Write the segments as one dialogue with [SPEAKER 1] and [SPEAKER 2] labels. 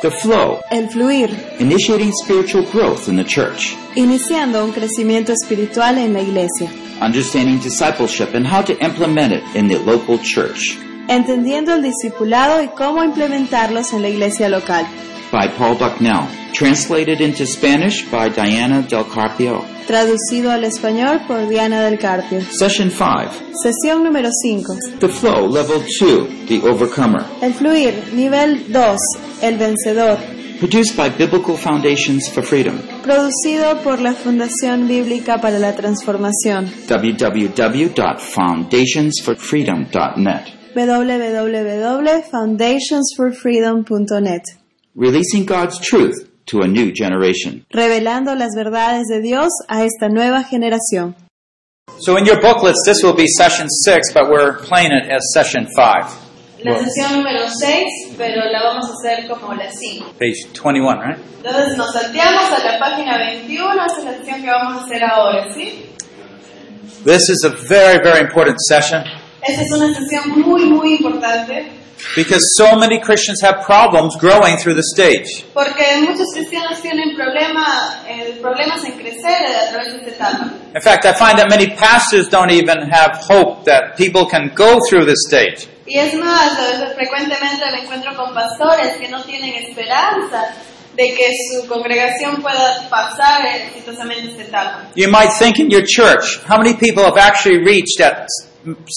[SPEAKER 1] the flow,
[SPEAKER 2] el fluir,
[SPEAKER 1] initiating spiritual growth in the church,
[SPEAKER 2] iniciando un crecimiento espiritual en la iglesia,
[SPEAKER 1] understanding discipleship and how to implement it in the local church
[SPEAKER 2] entendiendo el discipulado y cómo implementarlos en la iglesia local,
[SPEAKER 1] by Paul Bucknell, translated into Spanish by Diana Del Carpio.
[SPEAKER 2] traducido al español por Diana del Carpio.
[SPEAKER 1] Session 5,
[SPEAKER 2] Sesión número 5.
[SPEAKER 1] the flow, level 2, the overcomer,
[SPEAKER 2] El fluir, nivel 2, el vencedor,
[SPEAKER 1] produced by Biblical Foundations for Freedom,
[SPEAKER 2] producido por la Fundación Bíblica para la Transformación,
[SPEAKER 1] www.foundationsforfreedom.net.
[SPEAKER 2] www.foundationsforfreedom.net,
[SPEAKER 1] Releasing God's truth to a new generation.
[SPEAKER 2] revelando las verdades de Dios a esta nueva generación.
[SPEAKER 3] So in your booklets, this will be session six, but we're playing it as session five.
[SPEAKER 4] La sesión número 6, pero la vamos a hacer como la 5.
[SPEAKER 3] Page 21, right?
[SPEAKER 4] Entonces nos salteamos a la página 21, esa es la sesión que vamos a hacer ahora, ¿sí?
[SPEAKER 3] This is a very, very important session
[SPEAKER 4] Esta es una sesión muy, muy importante
[SPEAKER 3] because so many Christians have problems growing through the stage.
[SPEAKER 4] porque muchos cristianos tienen problema, eh, problemas en crecer a través de esta etapa.
[SPEAKER 3] In fact, I find that many pastors don't even have hope that people can go through this stage.
[SPEAKER 4] Y es más, a veces frecuentemente me encuentro con pastores que no tienen esperanza de que su congregación pueda pasar eh, exitosamente esta etapa.
[SPEAKER 3] You might think in your church, how many people have actually reached that s-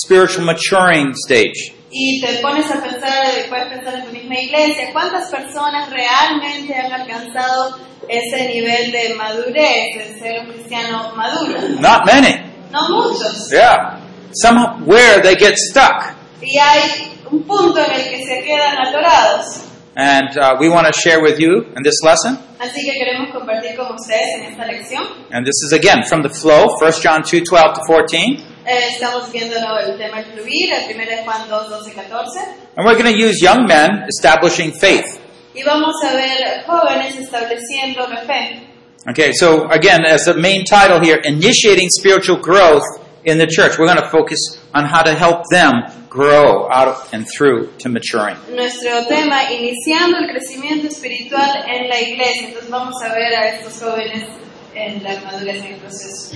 [SPEAKER 3] spiritual maturing stage?
[SPEAKER 4] Y te pones a pensar, eh, puedes pensar en tu misma iglesia, ¿cuántas personas realmente han alcanzado ese nivel de madurez, de ser un cristiano maduro?
[SPEAKER 3] Not many.
[SPEAKER 4] No muchos.
[SPEAKER 3] Yeah. Somewhere they get stuck.
[SPEAKER 4] Y hay un punto en el que se quedan atorados.
[SPEAKER 3] And uh, we want to share with you in this lesson.
[SPEAKER 4] Así que queremos compartir con ustedes en esta lección.
[SPEAKER 3] And this is again from the flow, 1 John 2 12 to 14.
[SPEAKER 4] Eh, estamos viendo ¿no? el tema del fluir, el primero es Juan 2, 12, 14.
[SPEAKER 3] And we're going to use young men establishing faith.
[SPEAKER 4] Y vamos a ver jóvenes estableciendo la fe.
[SPEAKER 3] Okay, so again, as the main title here, initiating spiritual growth in the church. We're going to focus on how to help them grow out of and through to maturing.
[SPEAKER 4] Nuestro tema, iniciando el crecimiento espiritual en la iglesia. Entonces vamos a ver a estos jóvenes en la madurez en el proceso.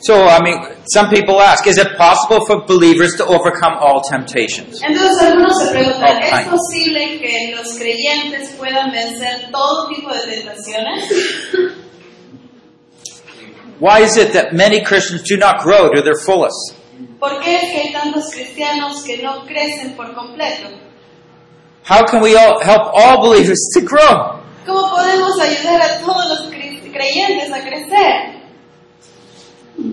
[SPEAKER 3] So, I mean, some people ask, is it possible for believers to overcome all temptations?
[SPEAKER 4] Entonces algunos se preguntan,
[SPEAKER 3] Ok.
[SPEAKER 4] ¿es posible que los creyentes puedan vencer todo tipo de tentaciones?
[SPEAKER 3] Why is it that many Christians do not grow to their fullest?
[SPEAKER 4] ¿Por qué es que hay tantos cristianos que no crecen por completo?
[SPEAKER 3] How can we all help all believers to grow?
[SPEAKER 4] ¿Cómo podemos ayudar a todos los cre- creyentes a crecer?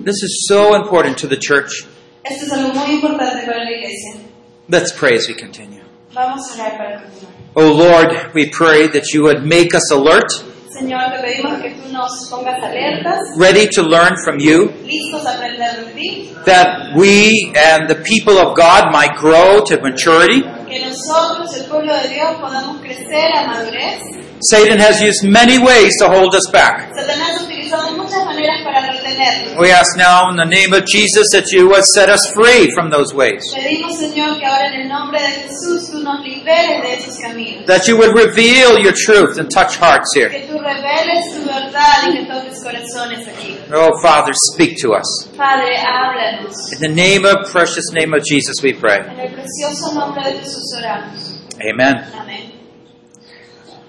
[SPEAKER 3] This is so important to the church.
[SPEAKER 4] Esto es algo muy importante para la iglesia.
[SPEAKER 3] Let's pray as we continue.
[SPEAKER 4] Vamos a orar para continuar.
[SPEAKER 3] O Lord, we pray that you would make us alert,
[SPEAKER 4] Señor, te pedimos que tú nos pongas alertas,
[SPEAKER 3] ready to learn from you,
[SPEAKER 4] listos a aprender de ti,
[SPEAKER 3] that we and the people of God might grow to maturity.
[SPEAKER 4] que nosotros, el pueblo de Dios, podamos crecer a madurez.
[SPEAKER 3] Satan has used many ways to hold us back.
[SPEAKER 4] Satanás ha utilizado muchas maneras para retenernos.
[SPEAKER 3] We ask now in the name of Jesus that you would set us free from those ways,
[SPEAKER 4] Pedimos, Señor, que ahora en el nombre de Jesús tú nos liberes de esos caminos.
[SPEAKER 3] that you would reveal your truth and touch hearts here.
[SPEAKER 4] Que tú reveles tu verdad y que toques corazones aquí.
[SPEAKER 3] Oh, Father, speak to us.
[SPEAKER 4] Padre, háblanos.
[SPEAKER 3] In the name of precious name of Jesus, we pray.
[SPEAKER 4] En el precioso nombre de Jesús oramos.
[SPEAKER 3] Amen.
[SPEAKER 4] Amén.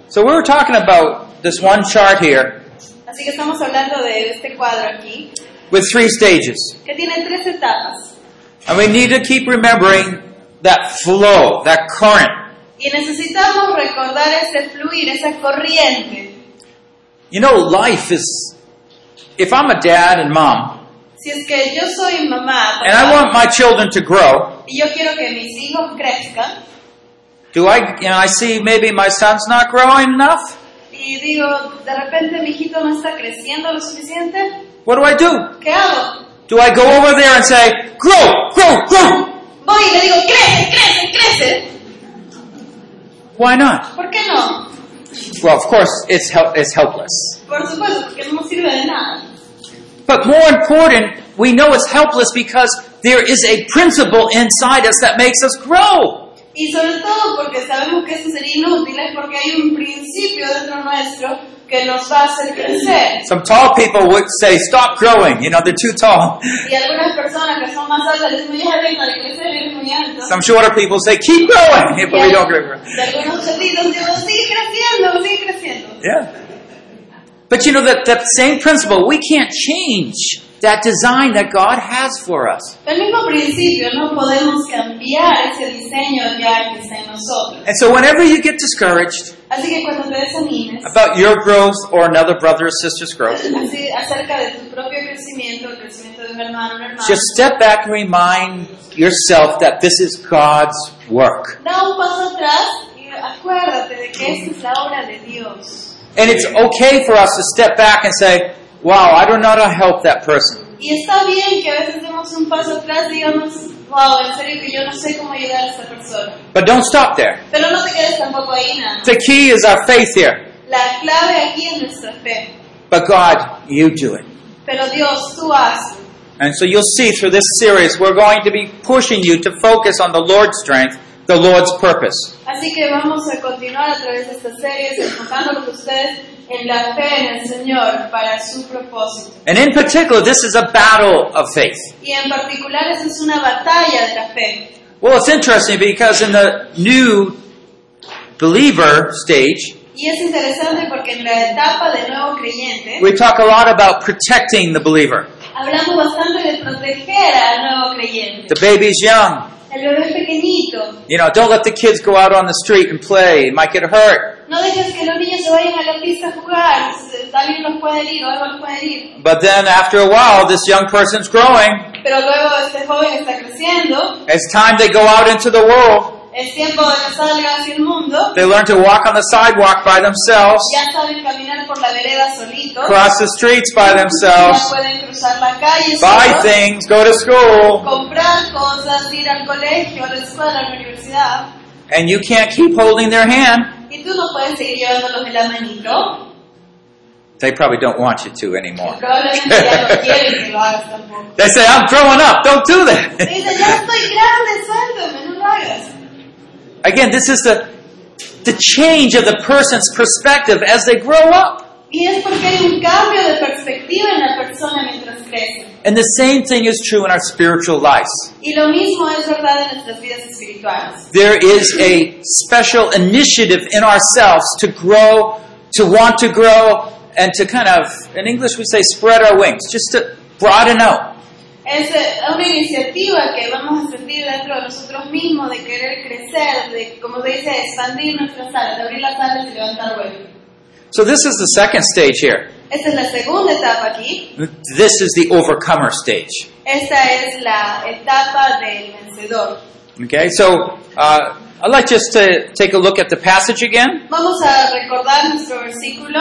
[SPEAKER 3] So we were talking about this one chart here
[SPEAKER 4] Así que estamos hablando de este cuadro aquí,
[SPEAKER 3] with three stages.
[SPEAKER 4] que tiene tres etapas.
[SPEAKER 3] And we need to keep remembering that flow, that current.
[SPEAKER 4] Y necesitamos recordar ese fluir, esa corriente.
[SPEAKER 3] You know, life is. If I'm a dad and mom,
[SPEAKER 4] Si es que yo soy mamá
[SPEAKER 3] and I
[SPEAKER 4] papá,
[SPEAKER 3] want my children to grow,
[SPEAKER 4] y yo quiero que mis hijos crezcan,
[SPEAKER 3] do I? You know, I see maybe my son's not growing enough.
[SPEAKER 4] y digo, de repente mi hijito no está creciendo lo suficiente,
[SPEAKER 3] What do I do?
[SPEAKER 4] ¿qué hago?
[SPEAKER 3] Do I go over there and say, "Grow, grow, grow"?
[SPEAKER 4] Voy y le digo, crece, crece, crece.
[SPEAKER 3] Why not?
[SPEAKER 4] ¿Por qué no?
[SPEAKER 3] Well, of course, it's hel- it's helpless.
[SPEAKER 4] Por supuesto, porque no sirve de nada.
[SPEAKER 3] But more important, we know it's helpless because there is a principle inside us that makes us grow.
[SPEAKER 4] Y sobre todo porque sabemos que eso sería inútil, es porque hay un principio dentro nuestro que nos va a hacer crecer.
[SPEAKER 3] Some tall people would say, stop growing. You know, they're too tall.
[SPEAKER 4] Y algunas personas que son más altas les dicen, ya deja de crecer, eres muy alto.
[SPEAKER 3] Some shorter people say, keep growing.
[SPEAKER 4] Y
[SPEAKER 3] But we don't grow.
[SPEAKER 4] al- de algunos chatitos digo, sigue creciendo, sigue creciendo.
[SPEAKER 3] Yeah. But you know that that same principle, we can't change that design that God has for us.
[SPEAKER 4] El mismo principio, no podemos cambiar ese diseño ya que está en nosotros.
[SPEAKER 3] And so whenever you get discouraged
[SPEAKER 4] Así que cuando te desanimes,
[SPEAKER 3] about your growth or another brother or sister's growth,
[SPEAKER 4] así, acerca de tu propio crecimiento, el crecimiento de un hermano, una hermana,
[SPEAKER 3] just step back and remind yourself that this is God's work.
[SPEAKER 4] da un paso atrás y acuérdate de que esta es la obra de Dios.
[SPEAKER 3] And it's okay for us to step back and say, wow, I don't know how to help that person.
[SPEAKER 4] Y está bien que a veces demos un paso atrás y digamos, wow, en serio que yo no sé cómo ayudar a esta persona.
[SPEAKER 3] But don't stop there.
[SPEAKER 4] Pero no te quedes tampoco ahí nada.
[SPEAKER 3] The key is our faith here.
[SPEAKER 4] La clave aquí es nuestra fe.
[SPEAKER 3] But God, you do it.
[SPEAKER 4] Pero Dios, tú hazlo.
[SPEAKER 3] And so you'll see through this series, we're going to be pushing you to focus on the Lord's strength, the Lord's purpose.
[SPEAKER 4] Así que vamos a continuar a través de esta serie enfocándonos ustedes en la fe en el Señor para su propósito.
[SPEAKER 3] And in particular, this is a battle of faith.
[SPEAKER 4] Y en particular esa es una batalla de la fe.
[SPEAKER 3] Well, it's interesting because in the new believer stage,
[SPEAKER 4] Y es interesante porque en la etapa de nuevo creyente
[SPEAKER 3] we talk a lot about protecting the believer.
[SPEAKER 4] hablamos bastante de proteger al nuevo creyente.
[SPEAKER 3] The baby's young.
[SPEAKER 4] El bebé es pequeñito.
[SPEAKER 3] You know, don't let the kids go out on the street and play. It might get hurt.
[SPEAKER 4] No dejes que los niños se vayan a la pista a jugar. Se- Alguien los puede herir o algo los puede herir.
[SPEAKER 3] But then after a while, this young person's growing.
[SPEAKER 4] Pero luego este joven está creciendo.
[SPEAKER 3] It's time they go out into the world.
[SPEAKER 4] Es tiempo de que salga hacia el mundo.
[SPEAKER 3] They learn to walk on the sidewalk by themselves.
[SPEAKER 4] Ya saben caminar por la vereda solitos.
[SPEAKER 3] cross the streets by
[SPEAKER 4] Ya
[SPEAKER 3] themselves,
[SPEAKER 4] pueden cruzar la calle,
[SPEAKER 3] buy
[SPEAKER 4] solos,
[SPEAKER 3] things, go to school,
[SPEAKER 4] comprar cosas, ir al colegio, a la escuela, a la universidad.
[SPEAKER 3] and you can't keep holding their hand.
[SPEAKER 4] Y tú no puedes seguir llevándolos de la manito.
[SPEAKER 3] They probably don't want you to anymore.
[SPEAKER 4] Probablemente ya no quieren que lo hagas tampoco.
[SPEAKER 3] They say, I'm growing up, don't do
[SPEAKER 4] Te
[SPEAKER 3] that.
[SPEAKER 4] Dice, ya estoy grande, suéltame, no lo hagas.
[SPEAKER 3] Again, this is the, the change of the person's perspective as they grow up.
[SPEAKER 4] Y es porque hay un cambio de perspectiva en la persona mientras crece.
[SPEAKER 3] And the same thing is true in our spiritual lives.
[SPEAKER 4] Y lo mismo es verdad en nuestras vidas espirituales.
[SPEAKER 3] There is a special initiative in ourselves to grow, to want to grow, and to kind of, in English we say, spread our wings, just to broaden out.
[SPEAKER 4] Es eh, una iniciativa que vamos a sentir dentro de nosotros mismos de querer crecer, de, como se dice, expandir nuestras alas, de abrir las alas y levantar vuelo.
[SPEAKER 3] So this is the second stage here.
[SPEAKER 4] Esta es la segunda etapa aquí.
[SPEAKER 3] This is the overcomer stage.
[SPEAKER 4] Esta es la etapa del vencedor.
[SPEAKER 3] Okay, so uh, I'd like just to take a look at the passage again.
[SPEAKER 4] Vamos a recordar nuestro versículo.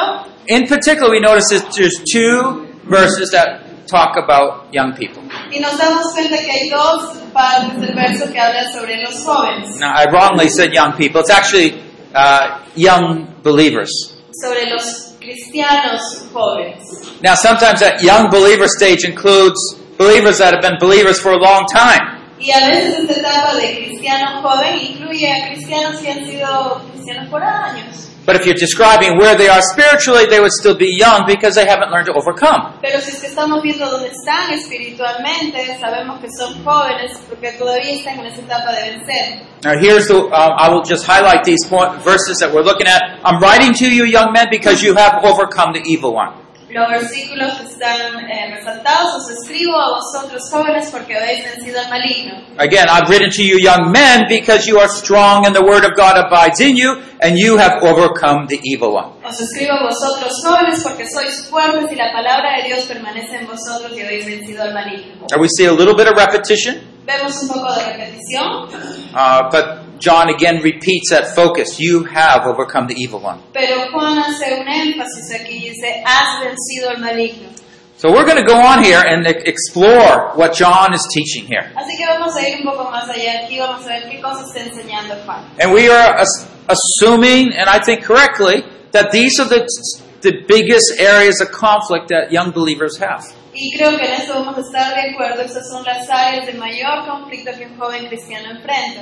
[SPEAKER 3] In particular, we notice that there's two verses that talk about young people.
[SPEAKER 4] Y nos damos cuenta que hay dos partes del verso que hablan sobre los jóvenes,
[SPEAKER 3] Now, I wrongly said young people. It's actually uh, young believers.
[SPEAKER 4] sobre los cristianos jóvenes.
[SPEAKER 3] Now, sometimes that young believer stage includes believers that have been believers for a long time.
[SPEAKER 4] Y a veces esta etapa de cristiano joven incluye a cristianos que han sido cristianos por años.
[SPEAKER 3] But if you're describing where they are spiritually, they would still be young because they haven't learned to overcome.
[SPEAKER 4] Pero si es que estamos viendo dónde están espiritualmente, sabemos que son jóvenes porque todavía están en esa etapa de vencer.
[SPEAKER 3] Now, here's the. Uh, I will just highlight these point, verses that we're looking at. I'm writing to you, young men, because you have overcome the evil one.
[SPEAKER 4] Los versículos que están eh, resaltados, os escribo a vosotros jóvenes porque habéis vencido al maligno.
[SPEAKER 3] Again, I've written to you, young men, because you are strong, and the word of God abides in you, and you have overcome the evil one.
[SPEAKER 4] Os escribo a vosotros jóvenes porque sois fuertes y la palabra de Dios permanece en vosotros y habéis vencido al maligno.
[SPEAKER 3] Now, we see a little bit of repetition,
[SPEAKER 4] Vemos un poco de repetición,
[SPEAKER 3] uh, but John again repeats that focus: you have overcome the evil one.
[SPEAKER 4] pero Juan hace un énfasis aquí y dice, has vencido al maligno.
[SPEAKER 3] So we're going to go on here and e- explore what John is teaching here,
[SPEAKER 4] Así que vamos a ir un poco más allá aquí, vamos a ver qué cosas está enseñando Juan.
[SPEAKER 3] and we are as- assuming, and I think correctly, that these are the the biggest areas of conflict that young believers have.
[SPEAKER 4] Y creo que en esto vamos a estar de acuerdo, estas son las áreas de mayor conflicto que un joven cristiano enfrenta.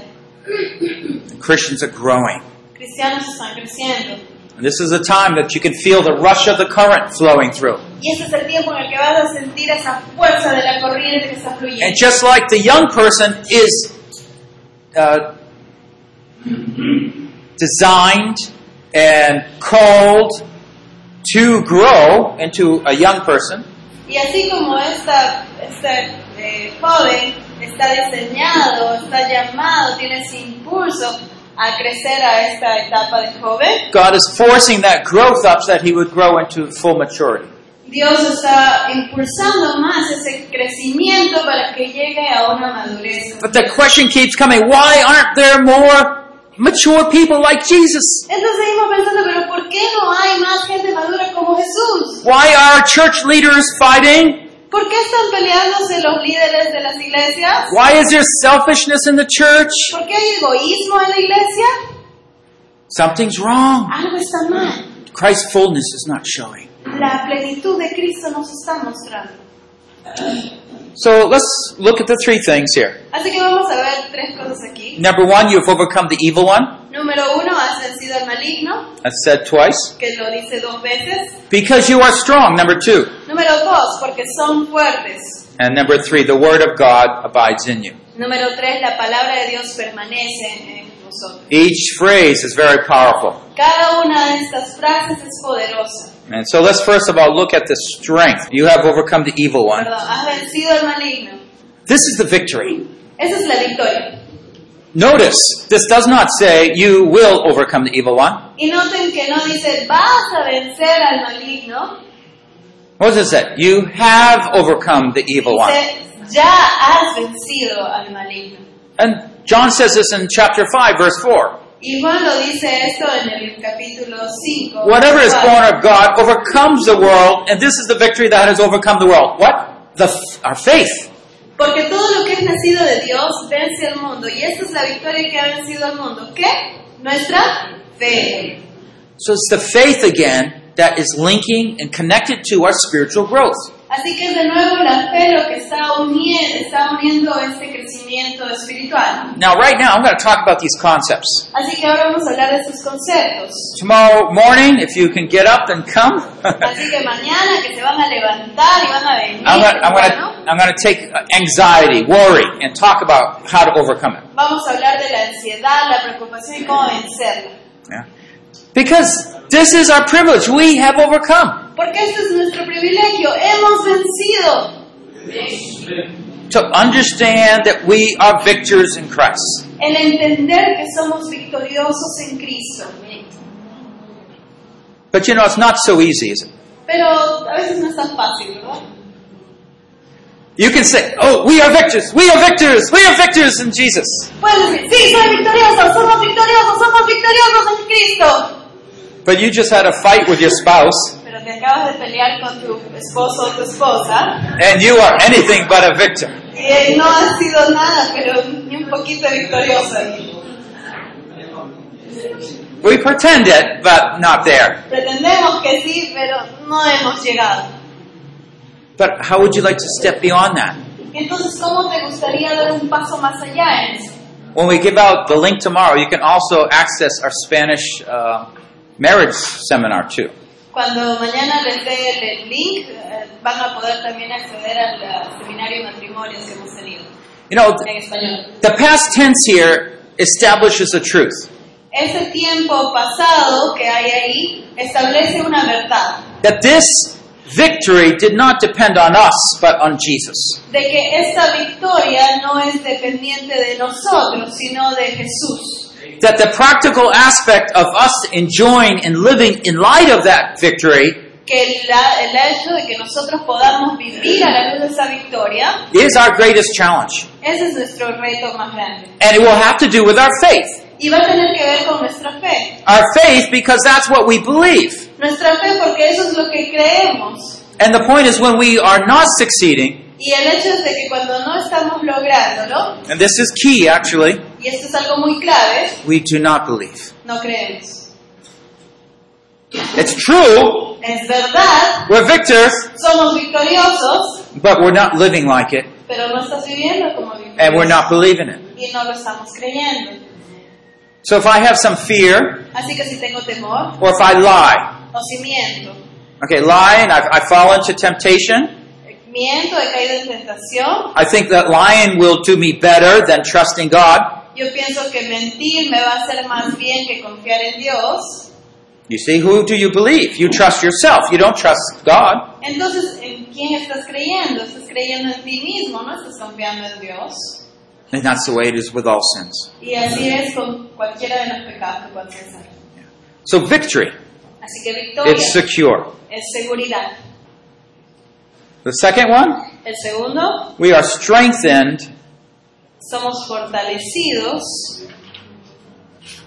[SPEAKER 3] Christians are growing.
[SPEAKER 4] Cristianos están creciendo.
[SPEAKER 3] And this is a time that you can feel the rush of the current flowing through.
[SPEAKER 4] Y ese es el tiempo en el que vas a sentir esa fuerza de la corriente que está
[SPEAKER 3] And
[SPEAKER 4] fluyendo.
[SPEAKER 3] just like the young person is uh, designed and called to grow into a young person,
[SPEAKER 4] Y así como esta, este eh, joven está diseñado, está llamado, tiene ese impulso a crecer a esta etapa de joven,
[SPEAKER 3] God is forcing that growth up so that he would grow into full maturity.
[SPEAKER 4] Dios está impulsando más ese crecimiento para que llegue a una madurez.
[SPEAKER 3] But the question keeps coming why aren't there more mature people like Jesus?
[SPEAKER 4] Entonces seguimos pensando, pero ¿por qué no hay más gente madura como Jesús?
[SPEAKER 3] Why are church leaders fighting?
[SPEAKER 4] ¿Por qué están peleándose los líderes de las iglesias?
[SPEAKER 3] Why is there selfishness in the church?
[SPEAKER 4] ¿Por qué hay egoísmo en la iglesia?
[SPEAKER 3] Something's wrong.
[SPEAKER 4] Algo está mal.
[SPEAKER 3] Christ's fullness is not showing.
[SPEAKER 4] La plenitud de Cristo nos está mostrando.
[SPEAKER 3] So let's look at the three things here.
[SPEAKER 4] Así que vamos a ver tres cosas aquí.
[SPEAKER 3] Number one, you've overcome the evil one.
[SPEAKER 4] Número uno, has vencido al maligno,
[SPEAKER 3] I've said twice.
[SPEAKER 4] que lo dice dos veces.
[SPEAKER 3] Because you are strong. Number two.
[SPEAKER 4] Número dos, porque son fuertes.
[SPEAKER 3] And number three, the word of God abides in you.
[SPEAKER 4] Número tres, la palabra de Dios permanece en nosotros.
[SPEAKER 3] Each phrase is very powerful.
[SPEAKER 4] Cada una de estas frases es poderosa.
[SPEAKER 3] And so let's first of all look at the strength. You have overcome the evil one.
[SPEAKER 4] Perdón, has vencido al maligno.
[SPEAKER 3] This is the victory.
[SPEAKER 4] Esa es la victoria.
[SPEAKER 3] Notice, this does not say you will overcome the evil one.
[SPEAKER 4] Y noten que no dice vas a vencer al maligno,
[SPEAKER 3] What does it say? You have overcome the evil one.
[SPEAKER 4] Dice, ya has vencido al maligno.
[SPEAKER 3] And John says this in chapter 5, verse 4.
[SPEAKER 4] Y Juan lo dice esto en el capítulo 5.
[SPEAKER 3] Whatever is born of God overcomes the world, and this is the victory that has overcome the world. What? The f- our faith.
[SPEAKER 4] Porque todo lo que es nacido de Dios vence al mundo. Y esta es la victoria que ha vencido al mundo. ¿Qué? Nuestra fe.
[SPEAKER 3] So it's the faith again that is linking and connected to our spiritual growth.
[SPEAKER 4] Así que es de nuevo la fe lo que está uniendo, está uniendo este crecimiento espiritual.
[SPEAKER 3] Now, right now, I'm going to talk about these concepts.
[SPEAKER 4] Así que ahora vamos a hablar de estos conceptos.
[SPEAKER 3] Tomorrow morning, if you can get up and come, I'm
[SPEAKER 4] Así que mañana que se van a levantar y van a venir.
[SPEAKER 3] going I'm going to
[SPEAKER 4] ¿no?
[SPEAKER 3] I'm going to take uh, anxiety, worry, and talk about how to overcome it.
[SPEAKER 4] Vamos a hablar de la ansiedad, la preocupación y cómo vencerla.
[SPEAKER 3] Yeah. Because this is our privilege. We have overcome.
[SPEAKER 4] Porque este es nuestro privilegio. Hemos vencido.
[SPEAKER 3] To understand that we are victors in Christ.
[SPEAKER 4] El entender que somos victoriosos en Cristo.
[SPEAKER 3] But you know, it's not so easy, is it?
[SPEAKER 4] Pero a veces no es tan fácil, ¿verdad?
[SPEAKER 3] You can say, oh, we are victors, we are victors, we are victors in Jesus.
[SPEAKER 4] Puedes decir, sí, soy victorioso, somos victoriosos, somos victoriosos en Cristo.
[SPEAKER 3] But you just had a fight with your spouse,
[SPEAKER 4] Pero te acabas de pelear con tu esposo o tu esposa
[SPEAKER 3] and you are anything but a victor.
[SPEAKER 4] y eh, no has sido nada, pero ni un poquito victoriosa.
[SPEAKER 3] We pretend it, but not there.
[SPEAKER 4] Pretendemos que sí, pero no hemos llegado.
[SPEAKER 3] But how would you like to step beyond that?
[SPEAKER 4] Entonces, ¿cómo te gustaría dar un paso más allá en eso?
[SPEAKER 3] When we give out the link tomorrow, you can also access our Spanish uh, marriage seminar too.
[SPEAKER 4] Cuando mañana les dé el- el link, eh, van a poder también acceder al eh, seminario de matrimonio que hemos tenido
[SPEAKER 3] You know,
[SPEAKER 4] en español.
[SPEAKER 3] the past tense here establishes a truth
[SPEAKER 4] Ese tiempo pasado que hay ahí establece una verdad,
[SPEAKER 3] that this victory did not depend on us, but on Jesus.
[SPEAKER 4] de que esta victoria no es dependiente de nosotros, sino de Jesús.
[SPEAKER 3] that the practical aspect of us enjoying and living in light of that victory
[SPEAKER 4] Que la- el hecho de que nosotros podamos vivir a la luz de esa victoria,
[SPEAKER 3] is our greatest challenge.
[SPEAKER 4] ese es nuestro reto más grande.
[SPEAKER 3] And it will have to do with our faith.
[SPEAKER 4] Y va a tener que ver con nuestra fe.
[SPEAKER 3] Our faith because that's what we believe.
[SPEAKER 4] Nuestra fe porque eso es lo que creemos.
[SPEAKER 3] And the point is when we are not succeeding,
[SPEAKER 4] Y el hecho es de que cuando no estamos lográndolo,
[SPEAKER 3] and this is key actually,
[SPEAKER 4] y esto es algo muy clave,
[SPEAKER 3] we do not believe.
[SPEAKER 4] no creemos.
[SPEAKER 3] It's true,
[SPEAKER 4] Es verdad,
[SPEAKER 3] we're victors,
[SPEAKER 4] somos victoriosos,
[SPEAKER 3] but we're not living like it
[SPEAKER 4] pero no estás viviendo como
[SPEAKER 3] and we're
[SPEAKER 4] victorioso.
[SPEAKER 3] not believing it.
[SPEAKER 4] Y no lo estamos creyendo.
[SPEAKER 3] So if I have some fear,
[SPEAKER 4] Así que si tengo temor
[SPEAKER 3] or if I lie,
[SPEAKER 4] o si miento,
[SPEAKER 3] okay, lie and I've, I fall into temptation,
[SPEAKER 4] eh, miento, he caído en tentación,
[SPEAKER 3] I think that lying will do me better than trusting God.
[SPEAKER 4] yo pienso que mentir me va a hacer más bien que confiar en Dios.
[SPEAKER 3] You see, who do you believe? You trust yourself. You don't trust God.
[SPEAKER 4] Entonces, ¿en quién estás creyendo? Estás creyendo en ti mismo, no estás confiando en Dios.
[SPEAKER 3] And that's the way it is with all sins.
[SPEAKER 4] Y así es con cualquiera de los pecados que puedas pensar.
[SPEAKER 3] So victory,
[SPEAKER 4] Así que victoria
[SPEAKER 3] it's secure.
[SPEAKER 4] es seguridad.
[SPEAKER 3] The second one,
[SPEAKER 4] El segundo,
[SPEAKER 3] we are strengthened.
[SPEAKER 4] somos fortalecidos.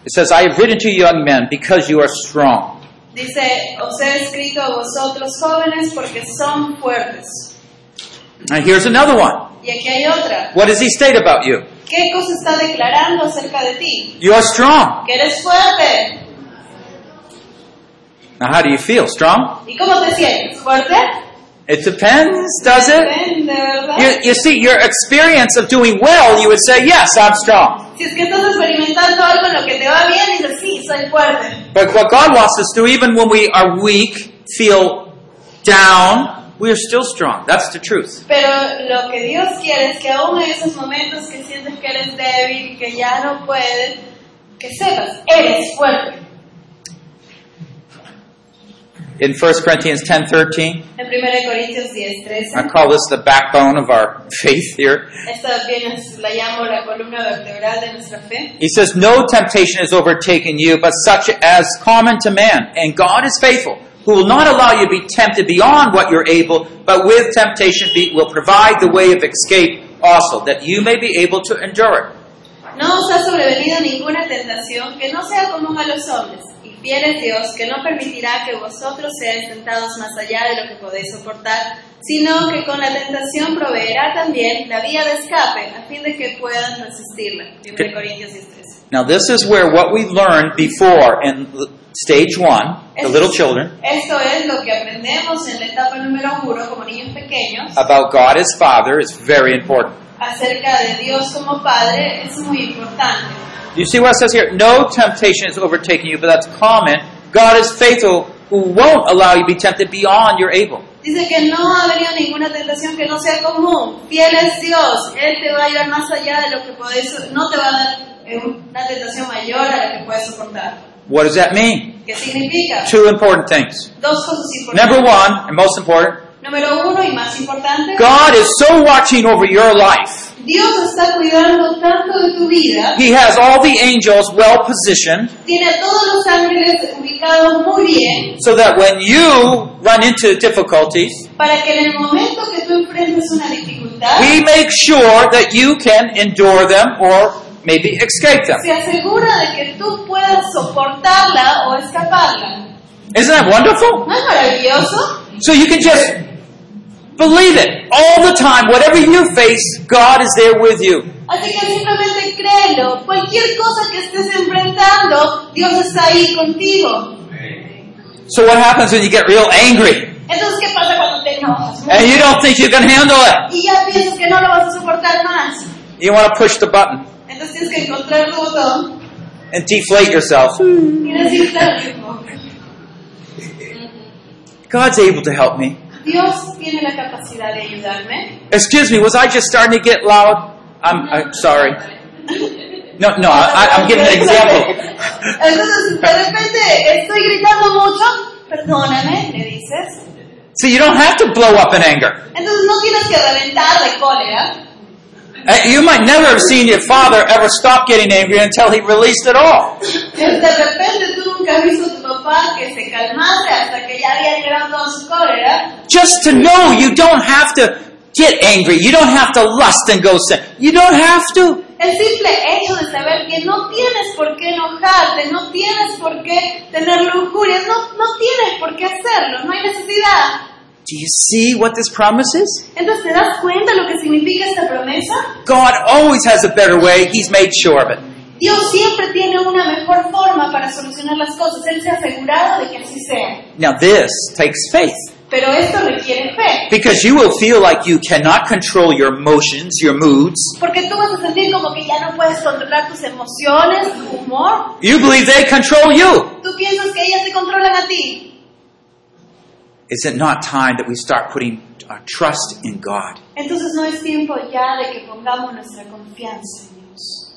[SPEAKER 3] It says, I have written to you, young men, because you are strong.
[SPEAKER 4] Dice, os he escrito a vosotros jóvenes porque son fuertes.
[SPEAKER 3] And here's another one.
[SPEAKER 4] Y aquí hay otra.
[SPEAKER 3] What does he state about you?
[SPEAKER 4] ¿Qué cosa está declarando acerca de ti?
[SPEAKER 3] You are strong.
[SPEAKER 4] Que eres fuerte.
[SPEAKER 3] Now, how do you feel? Strong?
[SPEAKER 4] ¿Y cómo te sientes? ¿Fuerte?
[SPEAKER 3] It depends, does it?
[SPEAKER 4] Depende, ¿verdad?
[SPEAKER 3] You, you see, your experience of doing well, you would say, yes, I'm strong.
[SPEAKER 4] Si es que estás experimentando algo en lo que te va bien, dices, sí, soy fuerte.
[SPEAKER 3] But what God wants us to, even when we are weak, feel down, we are still strong. That's the truth.
[SPEAKER 4] Pero lo que Dios quiere es que aún en esos momentos que sientes que eres débil, que ya no puedes, que sepas, eres fuerte.
[SPEAKER 3] In 1 Corinthians 10.13,
[SPEAKER 4] En 1 Corintios 10, 13.
[SPEAKER 3] I call this the backbone of our faith here.
[SPEAKER 4] Esta bien es- la llamo la columna vertebral de nuestra fe.
[SPEAKER 3] He says, No temptation has overtaken you, but such as common to man. And God is faithful, who will not allow you to be tempted beyond what you're able, but with temptation be, will provide the way of escape also, that you may be able to endure it.
[SPEAKER 4] No os ha sobrevenido ninguna tentación que no sea común a los hombres. Y fiel es Dios, que no permitirá que vosotros seáis tentados más allá de lo que podéis soportar, sino que con la tentación proveerá también la vía de escape, a fin de que puedan resistirla. 1 Corintios 10, 13.
[SPEAKER 3] Now, this is where what we learned before in l- stage one, the little children,
[SPEAKER 4] Esto es lo que aprendemos en la etapa número uno como niños pequeños
[SPEAKER 3] about God as Father is very important.
[SPEAKER 4] acerca de Dios como Padre es muy importante.
[SPEAKER 3] You see what it says here? No temptation is overtaking you, but that's common. God is faithful, who won't allow you to be tempted beyond you're able.
[SPEAKER 4] Dice que no ha venido ninguna tentación que no sea común. Fiel es Dios. Él te va a llevar más allá de lo que podés, no te va a dar eh, una tentación mayor a la que puedes soportar.
[SPEAKER 3] What does that mean?
[SPEAKER 4] ¿Qué significa?
[SPEAKER 3] Two important things.
[SPEAKER 4] Dos cosas
[SPEAKER 3] Number
[SPEAKER 4] importantes.
[SPEAKER 3] one, and most important,
[SPEAKER 4] Número uno y más importante,
[SPEAKER 3] God is so watching over your life.
[SPEAKER 4] Dios está cuidando tanto de tu vida.
[SPEAKER 3] He has all the angels well positioned
[SPEAKER 4] Tiene a todos los ángeles ubicados muy bien
[SPEAKER 3] so that when you run into difficulties,
[SPEAKER 4] para que en el momento que tú enfrentes una dificultad,
[SPEAKER 3] we make sure that you can endure them or maybe escape them.
[SPEAKER 4] se asegura de que tú puedas soportarla o escaparla.
[SPEAKER 3] Isn't that wonderful?
[SPEAKER 4] ¿No es maravilloso?
[SPEAKER 3] So you can just believe it all the time. Whatever you face, God is there with you.
[SPEAKER 4] Así que simplemente créelo. Cualquier cosa que estés enfrentando, Dios está ahí contigo.
[SPEAKER 3] So what happens when you get real angry
[SPEAKER 4] Entonces, ¿qué pasa cuando te enojas?
[SPEAKER 3] and you don't think you can handle it?
[SPEAKER 4] Y ya piensas que no lo vas a soportar más.
[SPEAKER 3] You want to push the button
[SPEAKER 4] Entonces tienes que encontrar tu botón
[SPEAKER 3] and deflate yourself.
[SPEAKER 4] y decirte al mismo,
[SPEAKER 3] God's able to help me.
[SPEAKER 4] Dios tiene la capacidad de ayudarme.
[SPEAKER 3] Excuse me, was I just starting to get loud? I'm, I'm sorry. No, no, I, Ah, I'm giving an example.
[SPEAKER 4] Entonces, de repente estoy gritando mucho, perdóname, me dices.
[SPEAKER 3] So you don't have to blow up in anger.
[SPEAKER 4] Entonces no tienes que reventar de cólera.
[SPEAKER 3] Uh, You might never have seen your father ever stop getting angry until he released it all.
[SPEAKER 4] De repente tú nunca has visto a tu papá que se calmase hasta que ya había llegado toda su cólera.
[SPEAKER 3] Just to know you don't have to get angry. You don't have to lust and go sin. You don't have to.
[SPEAKER 4] El simple hecho de saber que no tienes por qué enojarte, no tienes por qué tener lujurias, no, no tienes por qué hacerlo, no hay necesidad.
[SPEAKER 3] Do you see what this promise is?
[SPEAKER 4] Entonces, ¿te das cuenta lo que significa esta promesa?
[SPEAKER 3] God always has a better way. He's made sure of it.
[SPEAKER 4] Dios siempre tiene una mejor forma para solucionar las cosas. Él se ha asegurado de que así sea.
[SPEAKER 3] Now this takes faith.
[SPEAKER 4] Pero esto requiere fe,
[SPEAKER 3] Because you will feel like you cannot control your emotions, your moods.
[SPEAKER 4] porque tú vas a sentir como que ya no puedes controlar tus emociones, tu humor.
[SPEAKER 3] You believe they control you.
[SPEAKER 4] Tú piensas que ellas te controlan a ti.
[SPEAKER 3] Is it not time that we start putting our trust in God?
[SPEAKER 4] Entonces no es tiempo ya de que pongamos nuestra confianza en Dios.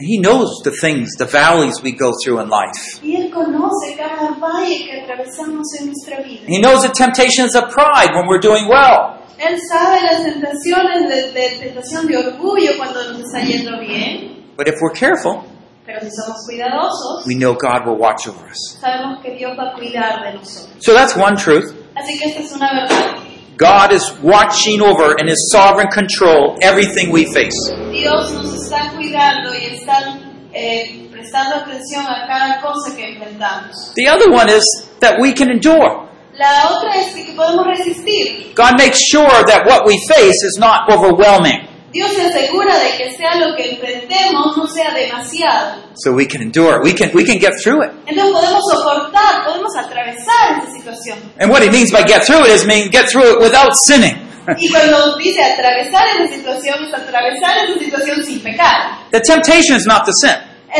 [SPEAKER 3] And He knows the things, the valleys we go through in life.
[SPEAKER 4] Y Él conoce cada valle que atravesamos en nuestra vida.
[SPEAKER 3] He knows the temptations of pride when we're doing well.
[SPEAKER 4] Él sabe las tentaciones de, de tentación de orgullo cuando nos está yendo bien,
[SPEAKER 3] But if we're careful,
[SPEAKER 4] pero si somos cuidadosos,
[SPEAKER 3] we know God will watch over us.
[SPEAKER 4] sabemos que Dios va a cuidar de nosotros.
[SPEAKER 3] So that's one truth.
[SPEAKER 4] Así que esta es una verdad.
[SPEAKER 3] God is watching over and is sovereign control everything we face.
[SPEAKER 4] Dios nos está cuidando y está eh, prestando atención a cada cosa que enfrentamos.
[SPEAKER 3] The other one is that we can endure.
[SPEAKER 4] La otra es que podemos resistir.
[SPEAKER 3] God makes sure that what we face is not overwhelming.
[SPEAKER 4] Dios se asegura de que sea lo que enfrentemos no sea demasiado.
[SPEAKER 3] So we can endure. We can we can get through it.
[SPEAKER 4] Entonces podemos soportar, podemos atravesar esta situación.
[SPEAKER 3] And what he means by get through it is mean get through it without sinning.
[SPEAKER 4] Y cuando dice atravesar esa situación, es atravesar esa situación sin pecar.
[SPEAKER 3] the temptation is not the sin.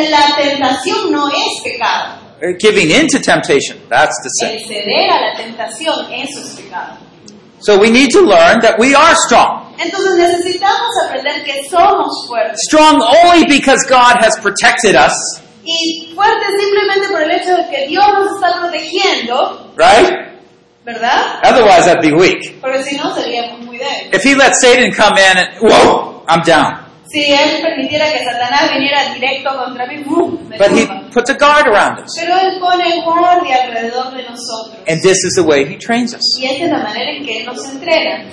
[SPEAKER 4] La tentación no es pecado.
[SPEAKER 3] Uh, Giving in to temptation, that's the
[SPEAKER 4] El
[SPEAKER 3] sin.
[SPEAKER 4] ceder a la tentación, eso es pecado.
[SPEAKER 3] So we need to learn that we are strong.
[SPEAKER 4] Entonces necesitamos aprender que somos fuertes.
[SPEAKER 3] Strong only because God has protected us,
[SPEAKER 4] Y fuertes simplemente por el hecho de que Dios nos está protegiendo,
[SPEAKER 3] right?
[SPEAKER 4] ¿verdad?
[SPEAKER 3] Otherwise I'd be weak.
[SPEAKER 4] Porque si no seríamos muy débiles.
[SPEAKER 3] If he let Satan come in and whoa, I'm down.
[SPEAKER 4] Si Él permitiera que Satanás viniera directo contra mí, ¡bum! me
[SPEAKER 3] But he
[SPEAKER 4] tumba.
[SPEAKER 3] puts a guard around us.
[SPEAKER 4] Pero Él pone guardia alrededor de nosotros.
[SPEAKER 3] And this is the way he trains us.
[SPEAKER 4] Y esa es la manera en que Él nos entrena.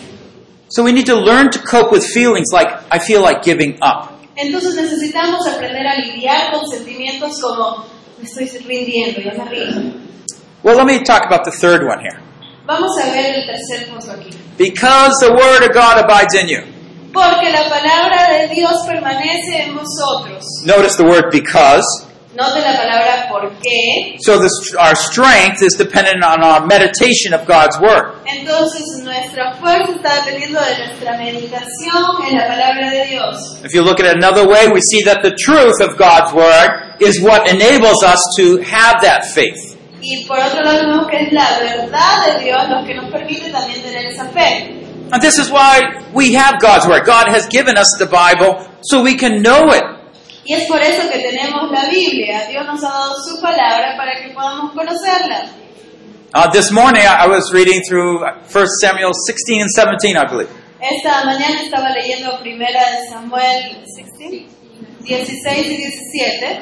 [SPEAKER 3] So we need to learn to cope with feelings like I feel like giving up.
[SPEAKER 4] Entonces necesitamos aprender a lidiar con sentimientos como me estoy rindiendo, ya me río.
[SPEAKER 3] Well, let me talk about the third one here.
[SPEAKER 4] Vamos a ver el tercer punto aquí.
[SPEAKER 3] Because the word of God abides in you.
[SPEAKER 4] Porque la palabra de Dios permanece en vosotros.
[SPEAKER 3] Notice the word because.
[SPEAKER 4] Note la palabra por qué.
[SPEAKER 3] So this, our strength is dependent on our meditation of God's word.
[SPEAKER 4] Entonces nuestra fuerza está dependiendo de nuestra meditación en la palabra de Dios.
[SPEAKER 3] If you look at it another way, we see that the truth of God's word is what enables us to have that faith.
[SPEAKER 4] Y por otro lado vemos que es la verdad de Dios lo que nos permite también tener esa fe.
[SPEAKER 3] And this is why we have God's word. God has given us the Bible so we can know it.
[SPEAKER 4] Y es por eso que tenemos la Biblia. Dios nos ha dado su palabra para que podamos conocerla.
[SPEAKER 3] Uh, this morning I I was reading through 1 Samuel 16 and 17, I believe.
[SPEAKER 4] Esta mañana estaba leyendo primera de Samuel 16, 16 y 17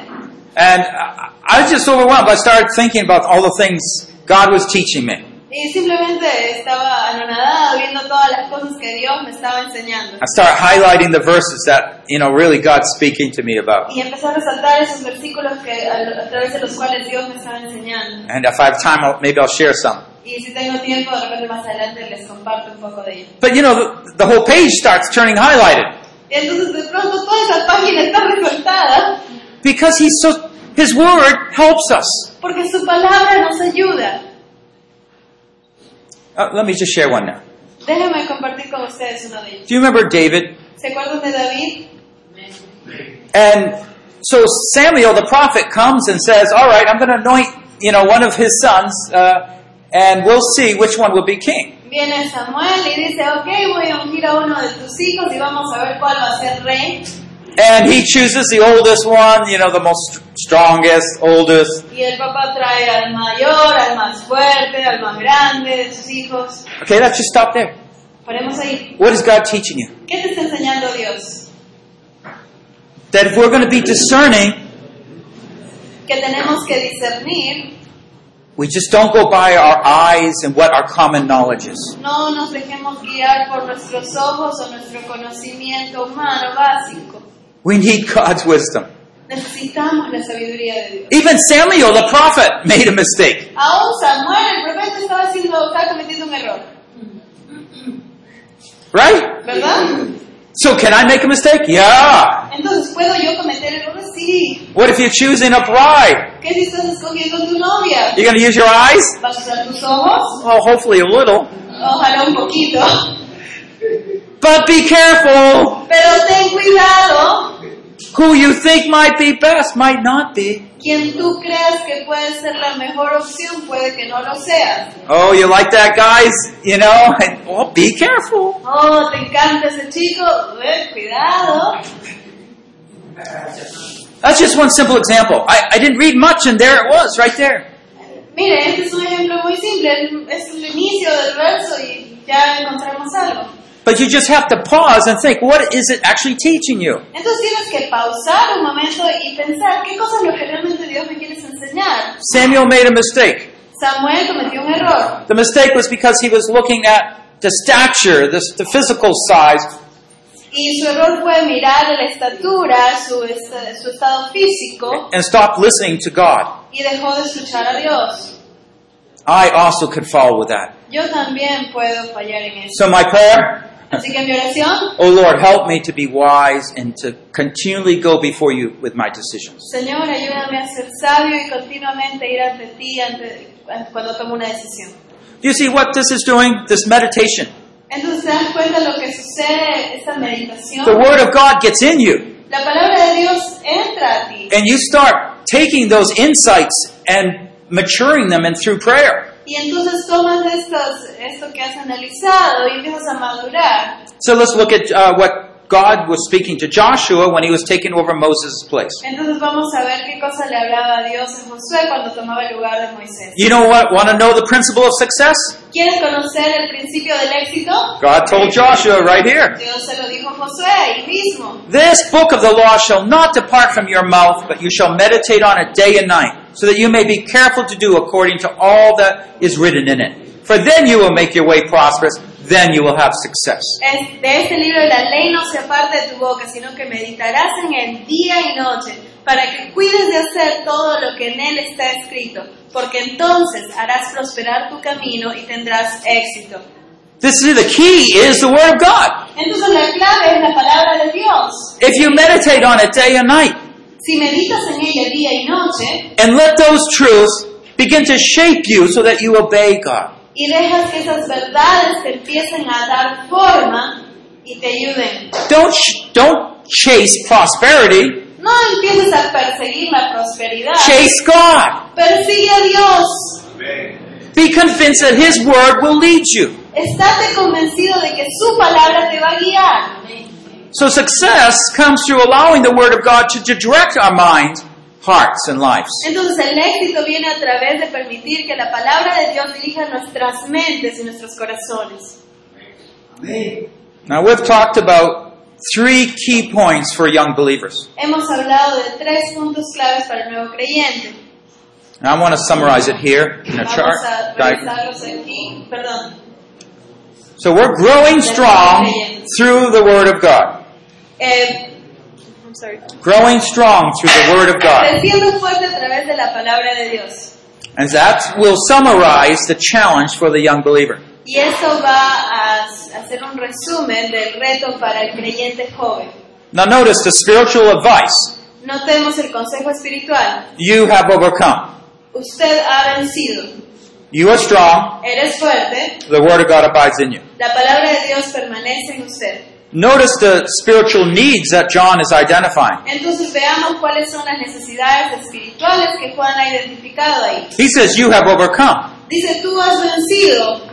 [SPEAKER 3] And I I was just overwhelmed. I started thinking about all the things God was teaching me.
[SPEAKER 4] y simplemente estaba anonadada viendo todas las cosas que Dios me estaba enseñando
[SPEAKER 3] I started highlighting the verses that, you know, really God's speaking to me about.
[SPEAKER 4] y empecé a resaltar esos versículos que a, a través de los cuales Dios me estaba enseñando
[SPEAKER 3] And if I have time, I'll, maybe I'll share some.
[SPEAKER 4] y si tengo tiempo de repente más adelante les comparto un poco de ello.
[SPEAKER 3] But, you know, the, the whole page starts turning highlighted
[SPEAKER 4] Y entonces de pronto toda esa página está resaltada
[SPEAKER 3] because he's so, his word helps us.
[SPEAKER 4] porque su palabra nos ayuda.
[SPEAKER 3] Uh, let me just share one now.
[SPEAKER 4] Déjenme compartir con ustedes uno de ellos.
[SPEAKER 3] Do you remember David?
[SPEAKER 4] ¿Se acuerdan de David?
[SPEAKER 3] And so Samuel the prophet comes and says, all right, I'm going to anoint, you know, one of his sons, uh, and we'll see which one will be king.
[SPEAKER 4] Viene Samuel y dice, ok, voy a ungir a uno de tus hijos y vamos a ver cuál va a ser rey.
[SPEAKER 3] And he chooses the oldest one, you know, the most strongest, oldest.
[SPEAKER 4] Y el papá trae al mayor, al más fuerte, al más grande de sus hijos.
[SPEAKER 3] Okay, let's just stop there.
[SPEAKER 4] Ponemos ahí.
[SPEAKER 3] What is God teaching you?
[SPEAKER 4] ¿Qué te está enseñando Dios?
[SPEAKER 3] That if we're going to be discerning,
[SPEAKER 4] Que tenemos que discernir,
[SPEAKER 3] we just don't go by our eyes and what our common knowledge is.
[SPEAKER 4] no nos dejemos guiar por nuestros ojos o nuestro conocimiento humano básico.
[SPEAKER 3] We need God's wisdom.
[SPEAKER 4] Necesitamos la sabiduría de Dios.
[SPEAKER 3] Even Samuel the prophet made a mistake.
[SPEAKER 4] Aún Samuel, el profeta, estaba haciendo, estaba cometiendo un error,
[SPEAKER 3] Right?
[SPEAKER 4] ¿verdad?
[SPEAKER 3] So can I make a mistake? Yeah.
[SPEAKER 4] Entonces, ¿puedo yo cometer errores? Sí, así?
[SPEAKER 3] What if you choose in a bride?
[SPEAKER 4] ¿Qué si estás escogiendo tu novia?
[SPEAKER 3] You're going to use your eyes?
[SPEAKER 4] ¿Vas a usar tus ojos?
[SPEAKER 3] Well, hopefully a little.
[SPEAKER 4] Ojalá un poquito.
[SPEAKER 3] But be careful.
[SPEAKER 4] Pero ten cuidado.
[SPEAKER 3] Who you think might be best might not be.
[SPEAKER 4] Quien tú creas que puede ser la mejor opción puede que no lo seas.
[SPEAKER 3] Oh, you like that, guys? You know? And, well, be careful.
[SPEAKER 4] Oh, te encanta ese chico. Eh, cuidado.
[SPEAKER 3] That's just one simple example. I, I didn't read much, and there it was, right there.
[SPEAKER 4] Mire, este es un ejemplo muy simple. Es el inicio del verso y ya encontramos algo.
[SPEAKER 3] But you just have to pause and think, what is it actually teaching you?
[SPEAKER 4] Entonces tienes que pausar un momento y pensar qué cosa es lo que realmente Dios me quieres enseñar.
[SPEAKER 3] Samuel made a mistake.
[SPEAKER 4] Samuel cometió un error.
[SPEAKER 3] The mistake was because he was looking at the stature, the, the physical size,
[SPEAKER 4] Y su error fue mirar la estatura, su, est- su estado físico,
[SPEAKER 3] and stopped listening to God.
[SPEAKER 4] y dejó de escuchar a Dios.
[SPEAKER 3] I also could fall with that.
[SPEAKER 4] Yo también puedo fallar en eso.
[SPEAKER 3] So my prayer,
[SPEAKER 4] Así que mi oración,
[SPEAKER 3] oh Lord, help me to be wise and to continually go before you with my decisions.
[SPEAKER 4] Señor, ayúdame a ser sabio y continuamente ir ante ti ante- cuando tomo una decisión.
[SPEAKER 3] Do you see what this is doing? This meditation.
[SPEAKER 4] Entonces te das cuenta lo que sucede esta
[SPEAKER 3] The
[SPEAKER 4] meditación.
[SPEAKER 3] Word of God gets in you,
[SPEAKER 4] La palabra de Dios entra a ti
[SPEAKER 3] and you start taking those insights and maturing them and through prayer.
[SPEAKER 4] y entonces tomas estos, esto que has analizado y empiezas a madurar.
[SPEAKER 3] So let's look at uh, what God was speaking to Joshua when he was taking over Moses' place.
[SPEAKER 4] Entonces vamos a ver qué cosa le hablaba a Dios a Josué cuando tomaba el lugar de Moisés.
[SPEAKER 3] You know what? Want to know the principle of success?
[SPEAKER 4] ¿Quieres conocer el principio del éxito?
[SPEAKER 3] God told Joshua right here.
[SPEAKER 4] Dios se lo dijo a Josué ahí mismo.
[SPEAKER 3] This book of the law shall not depart from your mouth, but you shall meditate on it day and night, so that you may be careful to do according to all that is written in it. For then you will make your way prosperous, then you will have success.
[SPEAKER 4] Es- de este libro de la ley no se aparte de tu boca, sino que meditarás en él día y noche, para que cuides de hacer todo lo que en él está escrito, porque entonces harás prosperar tu camino y tendrás éxito.
[SPEAKER 3] This is the key is the word of God.
[SPEAKER 4] Entonces la clave es la palabra de Dios.
[SPEAKER 3] If you meditate on it day and night,
[SPEAKER 4] Si meditas en ella día y noche,
[SPEAKER 3] and let those truths begin to shape you so that you obey God.
[SPEAKER 4] y dejas que esas verdades te empiecen a dar forma y te ayuden.
[SPEAKER 3] Don't sh- don't chase prosperity.
[SPEAKER 4] No empieces a perseguir la prosperidad.
[SPEAKER 3] Chase God.
[SPEAKER 4] Persigue a Dios.
[SPEAKER 3] Be convinced that His Word will lead you.
[SPEAKER 4] Estate convencido de que su palabra te va a guiar.
[SPEAKER 3] So success comes through allowing the Word of God to, to direct our minds, hearts, and lives.
[SPEAKER 4] Entonces el éxito viene a través de permitir que la palabra de Dios dirija nuestras mentes y nuestros corazones.
[SPEAKER 3] Now we've talked about three key points for young believers,
[SPEAKER 4] Hemos hablado de tres puntos claves para el nuevo creyente.
[SPEAKER 3] and I want to summarize it here in a chart.
[SPEAKER 4] Vamos a
[SPEAKER 3] diagram.
[SPEAKER 4] revisarlos aquí. Perdón.
[SPEAKER 3] So we're growing strong through the Word of God.
[SPEAKER 4] Eh, I'm sorry.
[SPEAKER 3] Growing strong through the Word of God.
[SPEAKER 4] Creciendo fuerte a través de la palabra de Dios.
[SPEAKER 3] And that will summarize the challenge for the young believer.
[SPEAKER 4] Y eso va a hacer un resumen del reto para el creyente joven.
[SPEAKER 3] Now notice the spiritual advice.
[SPEAKER 4] Notemos el consejo espiritual.
[SPEAKER 3] You have overcome.
[SPEAKER 4] Usted ha vencido.
[SPEAKER 3] You are strong.
[SPEAKER 4] Eres fuerte.
[SPEAKER 3] The Word of God abides in you.
[SPEAKER 4] La palabra de Dios permanece en usted.
[SPEAKER 3] Notice the spiritual needs that John is identifying.
[SPEAKER 4] Entonces veamos cuáles son las necesidades espirituales que Juan ha identificado ahí.
[SPEAKER 3] He says you have overcome,
[SPEAKER 4] Dice, tú has vencido,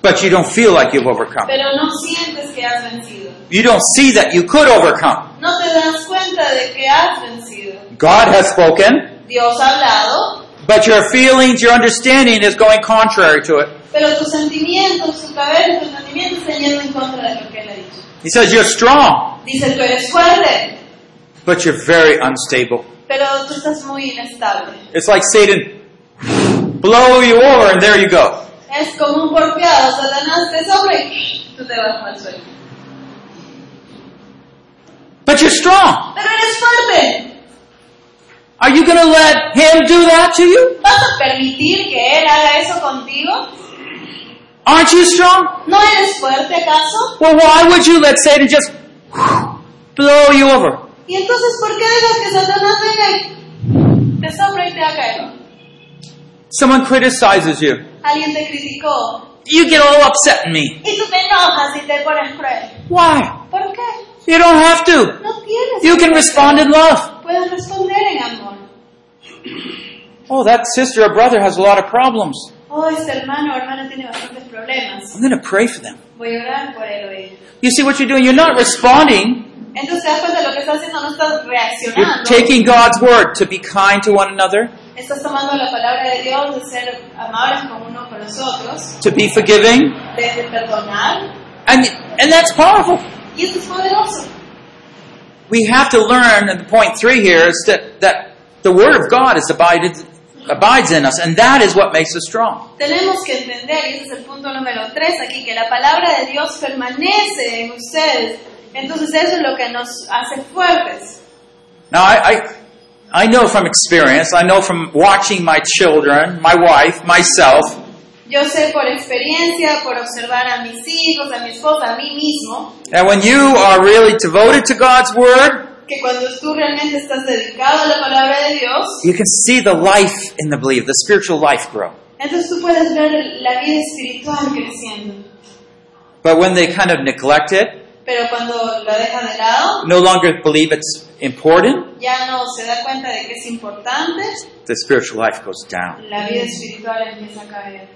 [SPEAKER 3] but you don't feel like you've overcome.
[SPEAKER 4] pero no sientes que has vencido.
[SPEAKER 3] You don't see that you could overcome.
[SPEAKER 4] No te das cuenta de que has vencido.
[SPEAKER 3] God has spoken,
[SPEAKER 4] Dios ha hablado,
[SPEAKER 3] but your feelings, your understanding is going contrary to it.
[SPEAKER 4] Pero tus sentimientos, tu cabeza, tus sentimientos están yendo en contra de lo que él ha dicho.
[SPEAKER 3] He says you're strong,
[SPEAKER 4] Dice, tú eres fuerte,
[SPEAKER 3] but you're very unstable.
[SPEAKER 4] pero tú estás muy inestable.
[SPEAKER 3] It's like Satan blow you over and there you go.
[SPEAKER 4] Es como un golpeado, Satanás te sopla y tú te vas mal suelo.
[SPEAKER 3] But you're strong.
[SPEAKER 4] Pero eres fuerte.
[SPEAKER 3] Are you going to let him do that to you?
[SPEAKER 4] ¿Vas a permitir que él haga eso contigo?
[SPEAKER 3] Aren't you strong?
[SPEAKER 4] ¿No eres fuerte acaso?
[SPEAKER 3] Well, why would you let Satan just blow you over?
[SPEAKER 4] Y entonces, ¿por qué dejas que Satanás venga y te sopla y te haga caer?
[SPEAKER 3] Someone criticizes you.
[SPEAKER 4] Alguien te criticó
[SPEAKER 3] You get all upset at me.
[SPEAKER 4] y tú te enojas y te pones cruel.
[SPEAKER 3] Why?
[SPEAKER 4] ¿Por qué?
[SPEAKER 3] You don't have to.
[SPEAKER 4] No tienes.
[SPEAKER 3] You
[SPEAKER 4] que
[SPEAKER 3] can respond in love.
[SPEAKER 4] Puedes responder en amor.
[SPEAKER 3] Oh, that sister or brother has a lot of problems.
[SPEAKER 4] Oh, este hermano o hermana tiene bastantes problemas.
[SPEAKER 3] I'm going to pray for them.
[SPEAKER 4] Voy a orar por él hoy.
[SPEAKER 3] You see what you're doing? You're not responding.
[SPEAKER 4] Entonces te das cuenta de lo que estás haciendo, no estás
[SPEAKER 3] You're
[SPEAKER 4] reaccionando.
[SPEAKER 3] taking God's word to be kind to one another,
[SPEAKER 4] Estás tomando la palabra de Dios de ser amables con uno con los otros,
[SPEAKER 3] to be forgiving,
[SPEAKER 4] de de perdonar.
[SPEAKER 3] and and that's powerful.
[SPEAKER 4] Y esto es poderoso.
[SPEAKER 3] We have to learn, and the point three here is that, that the word of God is abided, abides in us, and that is what makes us strong.
[SPEAKER 4] Tenemos que entender, y ese es el punto número tres aquí, que la palabra de Dios permanece en ustedes. Entonces eso es lo que nos hace fuertes.
[SPEAKER 3] Now I, I I know from experience, I know from watching my children, my wife, myself,
[SPEAKER 4] Yo sé por experiencia, por observar a mis hijos, a mi esposa, a mí mismo,
[SPEAKER 3] that when you are really devoted to God's word,
[SPEAKER 4] que cuando tú realmente estás dedicado a la palabra de Dios,
[SPEAKER 3] You can see the life in the believer, the spiritual life grow.
[SPEAKER 4] entonces tú puedes ver la vida espiritual creciendo.
[SPEAKER 3] But when they kind of neglect it,
[SPEAKER 4] Pero cuando la deja de lado,
[SPEAKER 3] no longer believe it's important,
[SPEAKER 4] ya no se da cuenta de que es importante,
[SPEAKER 3] the spiritual life goes down.
[SPEAKER 4] la vida espiritual empieza a caer.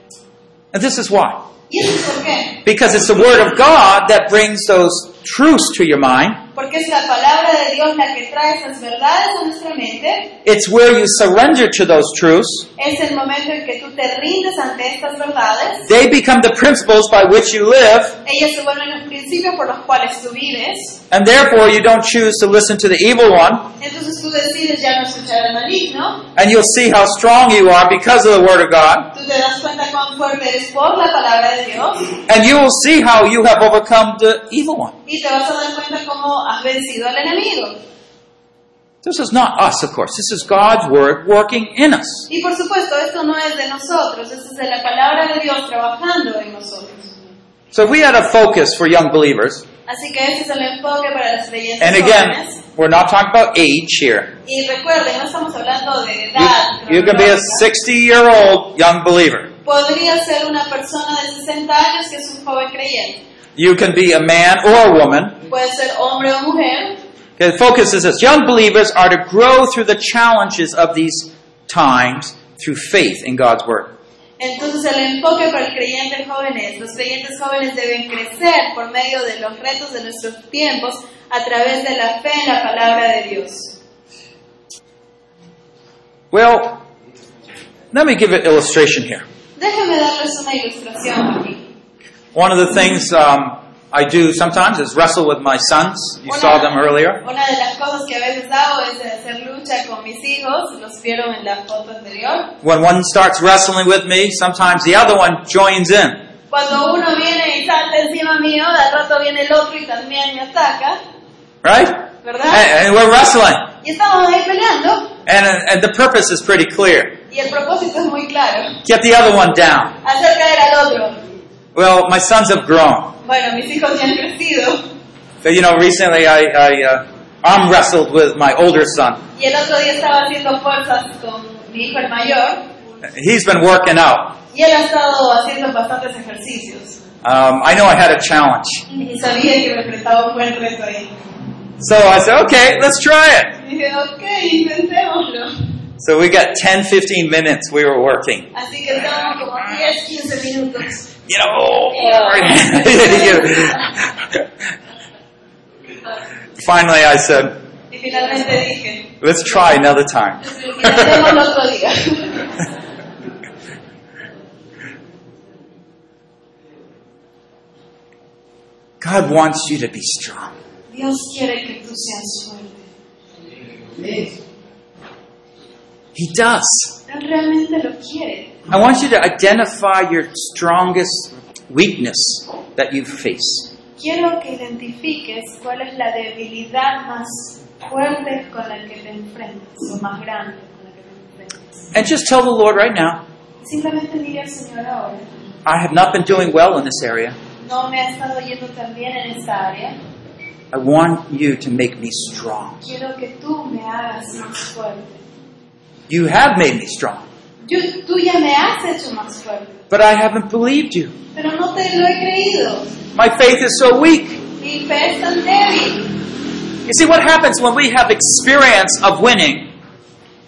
[SPEAKER 3] And this is why.
[SPEAKER 4] ¿Y eso por qué?
[SPEAKER 3] Because it's the Word of God that brings those truths to your mind.
[SPEAKER 4] Porque es la palabra de Dios la que trae esas verdades a nuestra mente.
[SPEAKER 3] It's where you surrender to those truths.
[SPEAKER 4] Es el momento en que tú te rindes ante estas verdades.
[SPEAKER 3] They become the principles by which you live,
[SPEAKER 4] Ellas se vuelven los principios por los cuales tú vives.
[SPEAKER 3] and therefore you don't choose to listen to the evil one,
[SPEAKER 4] Entonces tú decides ya no escuchar al maligno.
[SPEAKER 3] and you'll see how strong you are because of the Word of God,
[SPEAKER 4] Tú te das cuenta cuán fuerte eres por la palabra de Dios.
[SPEAKER 3] and you will see how you have overcome the evil one.
[SPEAKER 4] Y te vas a dar cuenta cómo has vencido al enemigo.
[SPEAKER 3] This is not us, of course. This is God's Word working in us.
[SPEAKER 4] Y por supuesto, esto no es de nosotros, esto es de la palabra de Dios trabajando en nosotros.
[SPEAKER 3] So if we had a focus for young believers,
[SPEAKER 4] Así que ese es el enfoque para las creyentes
[SPEAKER 3] and
[SPEAKER 4] jóvenes.
[SPEAKER 3] again, we're not talking about age here.
[SPEAKER 4] Y recuerden, no estamos hablando de
[SPEAKER 3] You,
[SPEAKER 4] edad.
[SPEAKER 3] you can be a
[SPEAKER 4] cronológica.
[SPEAKER 3] 60 year old young believer.
[SPEAKER 4] Podría ser una persona de 60 años que es un joven creyente.
[SPEAKER 3] You can be a man or a woman.
[SPEAKER 4] Puede ser hombre o mujer.
[SPEAKER 3] Okay, the focus is this. Young believers are to grow through the challenges of these times through faith in God's Word.
[SPEAKER 4] Entonces el enfoque para el creyente joven es, los creyentes jóvenes deben crecer por medio de los retos de nuestros tiempos a través de la fe en la palabra de Dios.
[SPEAKER 3] Well, let me give an illustration here.
[SPEAKER 4] Déjenme darles una ilustración aquí.
[SPEAKER 3] One of the things um, I do sometimes is wrestle with my sons. You saw them earlier.
[SPEAKER 4] Una de las cosas que a veces hago es hacer lucha con mis hijos, los vieron en la foto anterior.
[SPEAKER 3] When one starts wrestling with me, sometimes the other one joins in.
[SPEAKER 4] Cuando uno viene y salta encima mío, al rato viene el otro y también me ataca,
[SPEAKER 3] Right?
[SPEAKER 4] ¿verdad?
[SPEAKER 3] And, and we're wrestling.
[SPEAKER 4] Y estamos ahí peleando
[SPEAKER 3] And, and the purpose is pretty clear.
[SPEAKER 4] y el propósito es muy claro,
[SPEAKER 3] Get the other one down.
[SPEAKER 4] hacer caer al otro.
[SPEAKER 3] Well, my sons have grown.
[SPEAKER 4] Bueno, mis hijos ya han crecido
[SPEAKER 3] So, you know, recently I, I uh, arm wrestled with my older son.
[SPEAKER 4] y el otro día estaba haciendo fuerzas con mi hijo el mayor
[SPEAKER 3] He's been working out.
[SPEAKER 4] y él ha estado haciendo bastantes ejercicios
[SPEAKER 3] Um, I know I had a challenge.
[SPEAKER 4] y sabía que me enfrentaba un buen reto ahí.
[SPEAKER 3] So I said, okay, let's try it.
[SPEAKER 4] Y dije, ok, intentémoslo.
[SPEAKER 3] So we got 10, 15 minutes we were working.
[SPEAKER 4] Así que estábamos como 10, 15 minutos.
[SPEAKER 3] You know, finally I said,
[SPEAKER 4] Y finalmente dije,
[SPEAKER 3] Let's try another time.
[SPEAKER 4] intentémoslo otro día.
[SPEAKER 3] God wants you to be strong.
[SPEAKER 4] Dios quiere que tú seas fuerte.
[SPEAKER 3] He does.
[SPEAKER 4] Él realmente lo quiere.
[SPEAKER 3] I want you to identify your strongest weakness that you face.
[SPEAKER 4] Quiero que identifiques cuál es la debilidad más fuerte con la que te enfrentas, o más grande con la que te enfrentas.
[SPEAKER 3] And just tell the Lord right now,
[SPEAKER 4] Simplemente dile al Señor ahora,
[SPEAKER 3] I have not been doing well in this area.
[SPEAKER 4] no me ha estado yendo tan bien en esta área.
[SPEAKER 3] I want you to make me strong.
[SPEAKER 4] Quiero que tú me hagas más fuerte.
[SPEAKER 3] You have made me strong,
[SPEAKER 4] Yo- tú ya me has hecho más fuerte,
[SPEAKER 3] but I haven't believed you.
[SPEAKER 4] pero no te lo he creído.
[SPEAKER 3] My faith is so weak.
[SPEAKER 4] Mi fe es tan débil.
[SPEAKER 3] You see, what happens when we have experience of winning,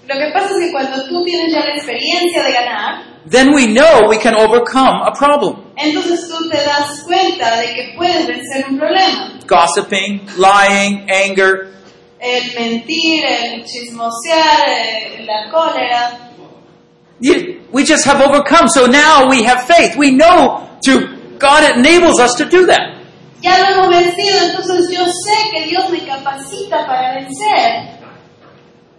[SPEAKER 4] Lo que pasa es que cuando tú tienes ya la experiencia de ganar,
[SPEAKER 3] then we know we can overcome a problem.
[SPEAKER 4] entonces tú te das cuenta de que puedes vencer un problema.
[SPEAKER 3] Gossiping, lying, anger,
[SPEAKER 4] El mentir, el chismosear, eh, la cólera.
[SPEAKER 3] You- we just have overcome. So now we have faith. We know to God enables us to do that.
[SPEAKER 4] Ya lo hemos vencido, entonces yo sé que Dios me capacita para vencer.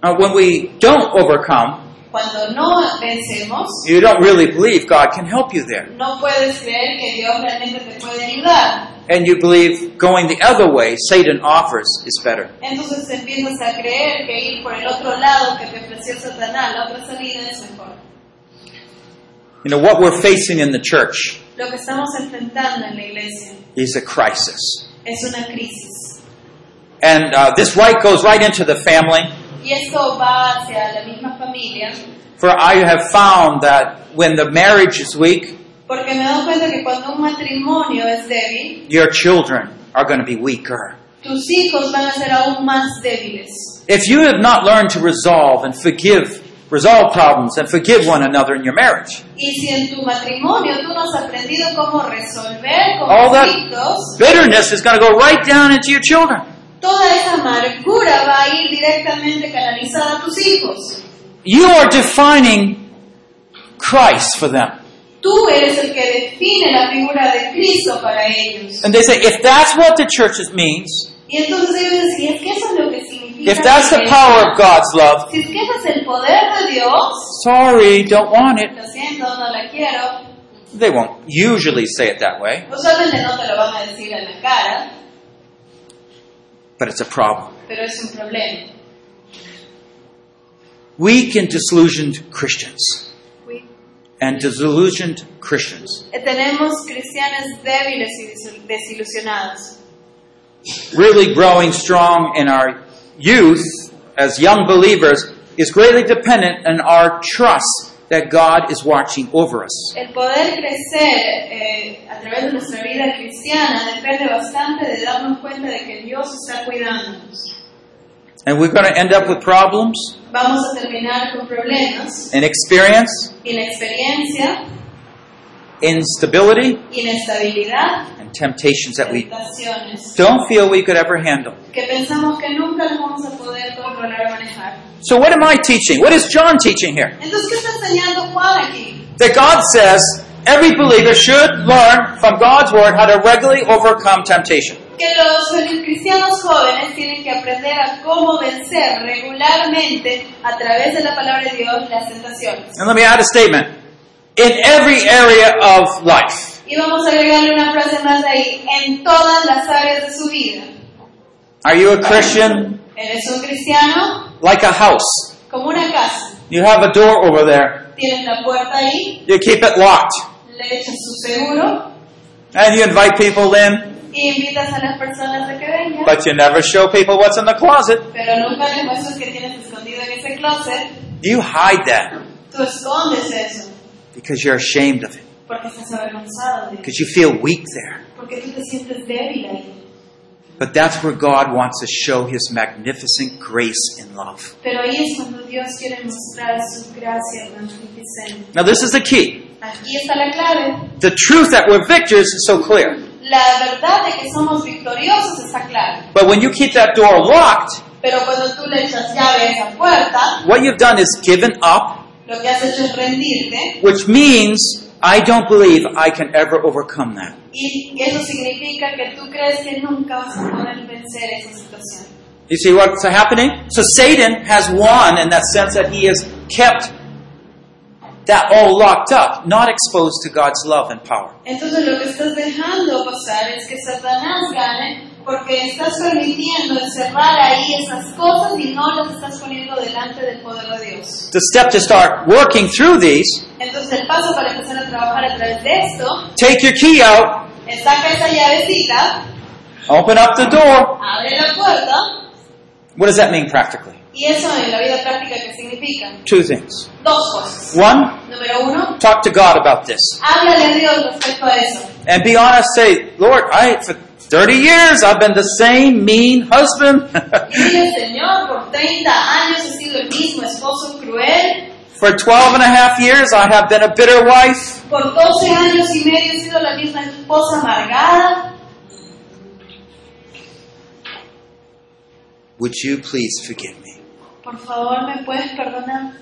[SPEAKER 3] Uh, when we don't overcome,
[SPEAKER 4] Cuando no vencemos,
[SPEAKER 3] you don't really believe God can help you there.
[SPEAKER 4] no puedes creer que Dios realmente te puede ayudar.
[SPEAKER 3] And you believe going the other way Satan offers is better.
[SPEAKER 4] Entonces empiezas a creer que ir por el otro lado que te ofreció Satanás, la otra salida es mejor.
[SPEAKER 3] You know, what we're facing in the church
[SPEAKER 4] Lo que estamos enfrentando en la iglesia
[SPEAKER 3] is a crisis.
[SPEAKER 4] es una crisis.
[SPEAKER 3] And uh, this right goes right into the family.
[SPEAKER 4] Y esto va hacia la misma familia,
[SPEAKER 3] For I have found that when the marriage is weak,
[SPEAKER 4] porque me doy cuenta que cuando un matrimonio es débil,
[SPEAKER 3] your children are going to be weaker.
[SPEAKER 4] tus hijos van a ser aún más débiles.
[SPEAKER 3] If you have not learned to resolve and forgive, resolve problems and forgive one another in your marriage,
[SPEAKER 4] Y si en tu matrimonio tú no has aprendido cómo resolver
[SPEAKER 3] all that
[SPEAKER 4] conflictos,
[SPEAKER 3] bitterness is going to go right down into your children.
[SPEAKER 4] toda esa amargura va a ir directamente canalizada a tus hijos.
[SPEAKER 3] You are defining Christ for them.
[SPEAKER 4] Tú eres el que define la figura de Cristo para ellos.
[SPEAKER 3] And they say, if that's what the church means,
[SPEAKER 4] Y entonces ellos decían, es que eso es lo que significa.
[SPEAKER 3] if that's the power of God's love,
[SPEAKER 4] Si es que ese es el poder de Dios,
[SPEAKER 3] sorry, don't want it.
[SPEAKER 4] lo siento, no la quiero.
[SPEAKER 3] They won't usually say it that way,
[SPEAKER 4] Usualmente no te lo van a decir en la cara,
[SPEAKER 3] but it's a problem.
[SPEAKER 4] pero es un problema.
[SPEAKER 3] Weak and disillusioned Christians.
[SPEAKER 4] Uy.
[SPEAKER 3] And disillusioned Christians
[SPEAKER 4] Eh, Tenemos cristianos débiles y desil- desilusionados.
[SPEAKER 3] really growing strong in our youth as young believers is greatly dependent on our trust that God is watching over us.
[SPEAKER 4] El poder crecer eh, a través de nuestra vida cristiana depende bastante de darnos cuenta de que Dios está cuidándonos.
[SPEAKER 3] And we're going to end up with problems
[SPEAKER 4] Vamos a terminar con problemas,
[SPEAKER 3] and experience,
[SPEAKER 4] inexperiencia,
[SPEAKER 3] instability,
[SPEAKER 4] inestabilidad,
[SPEAKER 3] and temptations that we
[SPEAKER 4] tentaciones,
[SPEAKER 3] don't feel we could ever handle.
[SPEAKER 4] que pensamos que nunca las vamos a poder controlar o manejar.
[SPEAKER 3] So, what am I teaching? What is John teaching here?
[SPEAKER 4] Entonces, ¿qué está enseñando Juan aquí?
[SPEAKER 3] That God says every believer should learn from God's Word how to regularly overcome temptation.
[SPEAKER 4] Que los cristianos jóvenes tienen que aprender a cómo vencer regularmente a través de la palabra de Dios las tentaciones.
[SPEAKER 3] And let me add a statement in every area of life.
[SPEAKER 4] Y vamos a agregarle una frase más ahí, en todas las áreas de su vida.
[SPEAKER 3] Are you a Christian?
[SPEAKER 4] Eres un cristiano
[SPEAKER 3] Like a house.
[SPEAKER 4] como una casa.
[SPEAKER 3] You have a door over there,
[SPEAKER 4] Tienes la puerta ahí,
[SPEAKER 3] you keep it locked,
[SPEAKER 4] le echas su seguro
[SPEAKER 3] and you invite people in,
[SPEAKER 4] y invitas a las personas a que vengan.
[SPEAKER 3] but you never show people what's in the closet.
[SPEAKER 4] Pero nunca les muestras que tienes escondido en ese closet.
[SPEAKER 3] You hide that
[SPEAKER 4] Tú escondes eso
[SPEAKER 3] because you're ashamed of it,
[SPEAKER 4] porque estás avergonzado de
[SPEAKER 3] because you feel weak there.
[SPEAKER 4] Porque tú te sientes débil ahí.
[SPEAKER 3] But that's where God wants to show His magnificent grace and love.
[SPEAKER 4] Pero ahí es cuando Dios quiere mostrar su gracia magnificente.
[SPEAKER 3] Now, this is the key.
[SPEAKER 4] Aquí está la clave.
[SPEAKER 3] The truth that we're victors is so clear.
[SPEAKER 4] La verdad de que somos victoriosos está clara.
[SPEAKER 3] But when you keep that door locked,
[SPEAKER 4] Pero cuando tú le echas llave a esa puerta,
[SPEAKER 3] what you've done is given up,
[SPEAKER 4] lo que has hecho es rendirte.
[SPEAKER 3] which means I don't believe I can ever overcome that.
[SPEAKER 4] Y eso significa que tú crees que nunca vas a poder vencer esa situación.
[SPEAKER 3] You see what's happening? So Satan has won in that sense that he has kept that all locked up, not exposed to God's love and power.
[SPEAKER 4] Entonces lo que estás dejando pasar es que Satanás gane porque estás permitiendo encerrar ahí esas cosas y no las estás poniendo delante del poder de Dios.
[SPEAKER 3] The step to start working through these,
[SPEAKER 4] Entonces el paso para empezar a trabajar a través de esto
[SPEAKER 3] take your key out
[SPEAKER 4] es saca esa llavecita
[SPEAKER 3] Open up the door.
[SPEAKER 4] Abre la puerta.
[SPEAKER 3] What does that mean practically?
[SPEAKER 4] Y eso en la vida práctica, ¿qué significa?
[SPEAKER 3] Two things.
[SPEAKER 4] Dos cosas.
[SPEAKER 3] One,
[SPEAKER 4] Número uno,
[SPEAKER 3] talk to God about this.
[SPEAKER 4] háblale a Dios respecto a eso.
[SPEAKER 3] And be honest, say, Lord, I for 30 years I've been the same mean husband.
[SPEAKER 4] Y dile, Señor, por 30 años he sido el mismo esposo cruel.
[SPEAKER 3] for 12 and a half years I have been a bitter wife.
[SPEAKER 4] Por 12 años y medio he sido la misma esposa amargada.
[SPEAKER 3] Would you please forgive me?
[SPEAKER 4] Por favor, ¿me puedes perdonar?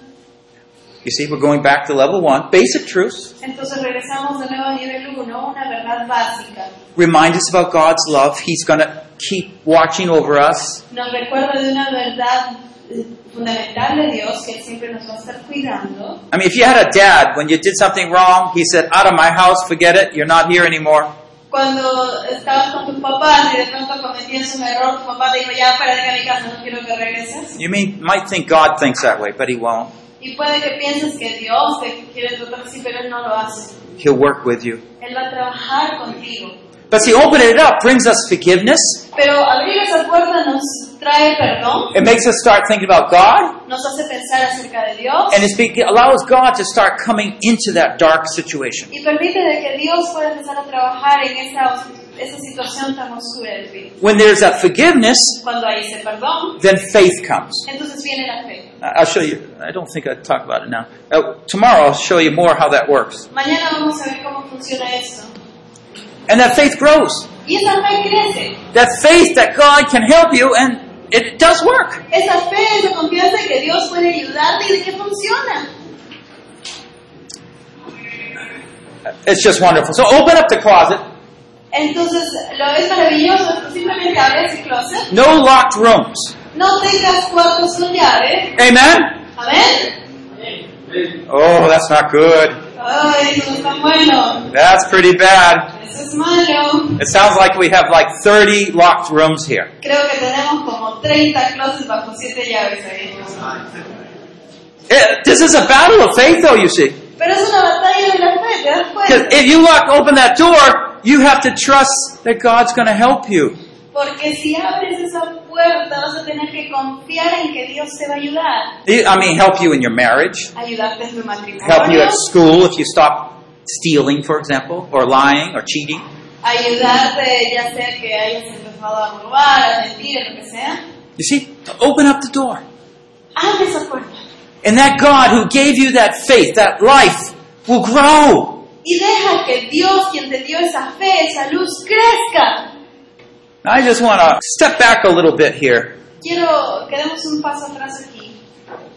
[SPEAKER 3] You see, we're going back to level one, basic truths.
[SPEAKER 4] Entonces regresamos de nuevo a nivel 1, una verdad básica.
[SPEAKER 3] Remind us about God's love. He's going to keep watching over us.
[SPEAKER 4] Nos recuerda de una verdad eh, fundamental de Dios que Él siempre nos va a estar cuidando.
[SPEAKER 3] I mean, if you had a dad, when you did something wrong, he said, out of my house, forget it, you're not here anymore.
[SPEAKER 4] Cuando estabas con tus papás y de pronto cometías un error, tu papá te dijo, ya, para de mi casa, no quiero que regreses.
[SPEAKER 3] You mean, might think God thinks that way, but he won't.
[SPEAKER 4] Y puede que pienses que Dios te quiere tratar así, pero Él no lo hace.
[SPEAKER 3] He'll work with you.
[SPEAKER 4] Él va a trabajar contigo.
[SPEAKER 3] But see, opening it up brings us forgiveness.
[SPEAKER 4] Pero abrir esa puerta nos trae perdón,
[SPEAKER 3] It makes us start thinking about God,
[SPEAKER 4] nos hace pensar acerca de Dios
[SPEAKER 3] and it be- allows God to start coming into that dark situation.
[SPEAKER 4] y permite de que Dios pueda empezar a trabajar en esa, esa situación tan oscura del vida.
[SPEAKER 3] When there's that forgiveness,
[SPEAKER 4] Cuando hay ese perdón,
[SPEAKER 3] then faith comes.
[SPEAKER 4] entonces viene la fe.
[SPEAKER 3] I- I'll show you. I don't think I talk about it now. Uh, tomorrow I'll show you more how that works.
[SPEAKER 4] Mañana vamos a ver cómo funciona esto.
[SPEAKER 3] And that faith grows.
[SPEAKER 4] Y esa fe crece.
[SPEAKER 3] That faith that God can help you, and it does work.
[SPEAKER 4] Esa fe, esa confianza en que Dios puede ayudarte y de que funciona.
[SPEAKER 3] It's just wonderful. So open up the closet.
[SPEAKER 4] Entonces, lo es maravilloso, es que simplemente abre ese closet,
[SPEAKER 3] No locked rooms.
[SPEAKER 4] no tengas cuartos con llave.
[SPEAKER 3] Amen?
[SPEAKER 4] Amén.
[SPEAKER 3] Oh, that's not good.
[SPEAKER 4] Ay, eso no es tan bueno.
[SPEAKER 3] That's pretty bad.
[SPEAKER 4] Eso es malo.
[SPEAKER 3] It sounds like we have like 30 locked rooms here.
[SPEAKER 4] Creo que tenemos como 30 closets bajo 7 llaves ahí.
[SPEAKER 3] Eh, this is a battle of faith, though, you see.
[SPEAKER 4] Pero es una batalla de la fe, ¿te das
[SPEAKER 3] 'Cause
[SPEAKER 4] cuenta?
[SPEAKER 3] if you lock open that door, you have to trust that God's going to help you.
[SPEAKER 4] Porque si abres esa puerta vas a tener que confiar en que Dios te va a ayudar.
[SPEAKER 3] He- I mean, help you in your marriage,
[SPEAKER 4] Ayudarte en tu
[SPEAKER 3] help you
[SPEAKER 4] matrimonio,
[SPEAKER 3] at school if you stop stealing, for example, or lying or cheating.
[SPEAKER 4] ayudarte ya sea que hayas empezado a robar, a mentir, lo que sea.
[SPEAKER 3] You see, open up the door.
[SPEAKER 4] Abre esa puerta.
[SPEAKER 3] And that God who gave you that faith, that life, will grow.
[SPEAKER 4] Y deja que Dios, quien te dio esa fe, esa luz, crezca.
[SPEAKER 3] I just want to step back a little bit here
[SPEAKER 4] Quiero, quedemos un paso atrás aquí.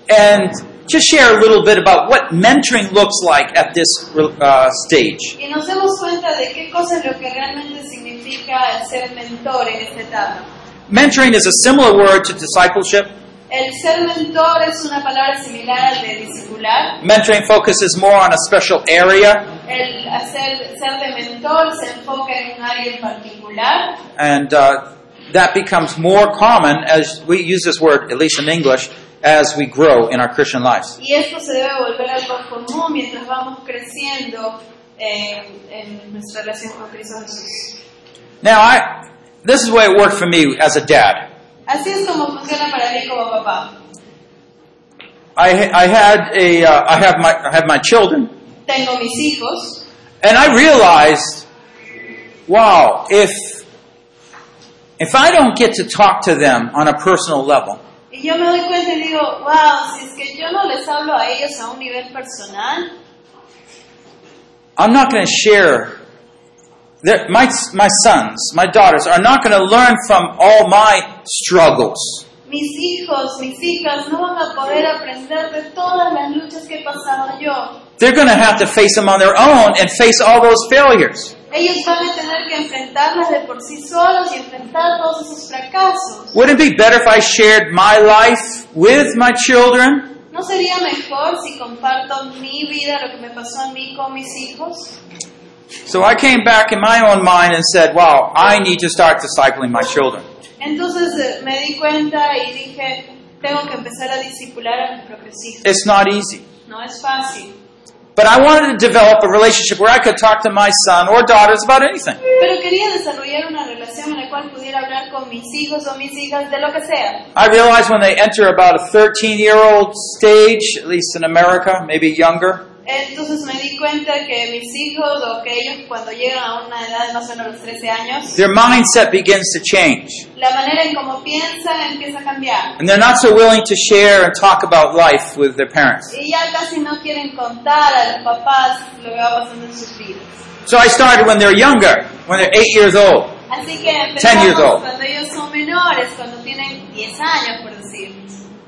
[SPEAKER 3] and just share a little bit about what mentoring looks like at this uh, stage.
[SPEAKER 4] Y nos demos cuenta de qué cosa es lo que realmente significa el ser mentor en esta etapa.
[SPEAKER 3] Mentoring is a similar word to discipleship.
[SPEAKER 4] El ser mentor es una palabra similar al de discipular.
[SPEAKER 3] Mentoring focuses more on a special area,
[SPEAKER 4] El hacer, ser de mentor se enfoca en un área en particular
[SPEAKER 3] and uh, that becomes more common as we use this word, at least in English, as we grow in our Christian lives.
[SPEAKER 4] y esto se debe volver algo común mientras vamos creciendo eh, en nuestra relación con Cristo Jesús.
[SPEAKER 3] Now, I, this is the way it worked for me as a dad.
[SPEAKER 4] Así es como funciona para mí como papá.
[SPEAKER 3] I, I had a, uh, I have my, I have my children,
[SPEAKER 4] Tengo mis hijos
[SPEAKER 3] and I realized, wow, if if I don't get to talk to them on a personal level,
[SPEAKER 4] y yo me doy cuenta y digo, wow, si es que yo no les hablo a ellos a un nivel personal,
[SPEAKER 3] I'm not going to share. They're- My, my sons, my daughters are not going to learn from all my struggles.
[SPEAKER 4] Mis hijos, mis hijas no van a poder aprender de todas las luchas que he pasado yo.
[SPEAKER 3] They're going to have to face them on their own and face all those failures.
[SPEAKER 4] Ellos van a tener que enfrentarlas de por sí solos y enfrentar todos esos fracasos.
[SPEAKER 3] Wouldn't it be better if I shared my life with my children?
[SPEAKER 4] ¿No sería mejor si comparto mi vida, lo que me pasó a mí con mis hijos?
[SPEAKER 3] So I came back in my own mind and said, wow, I need to start discipling my children.
[SPEAKER 4] Entonces eh, me di cuenta y dije, tengo que empezar a discipular a mis propios hijos.
[SPEAKER 3] It's not easy.
[SPEAKER 4] No es fácil.
[SPEAKER 3] But I wanted to develop a relationship where I could talk to my son or daughters about anything.
[SPEAKER 4] Pero quería desarrollar una relación relación en la cual pudiera hablar con mis hijos o mis hijas de lo que sea.
[SPEAKER 3] I realize when they enter about a 13 year old stage, at least in America, maybe younger,
[SPEAKER 4] Entonces me di cuenta que mis hijos o que ellos cuando llegan a una edad de más o menos los 13 años,
[SPEAKER 3] their mindset begins to change.
[SPEAKER 4] la manera en cómo piensan empieza a cambiar.
[SPEAKER 3] And they're not so willing to share and talk about life with their parents.
[SPEAKER 4] Y ya casi no quieren contar a los papás lo que va pasando en sus vidas.
[SPEAKER 3] So I started when they're younger, when they're 8 years old.
[SPEAKER 4] Así que
[SPEAKER 3] years
[SPEAKER 4] empezamos
[SPEAKER 3] old.
[SPEAKER 4] cuando ellos son menores, cuando tienen 10 años, por decir.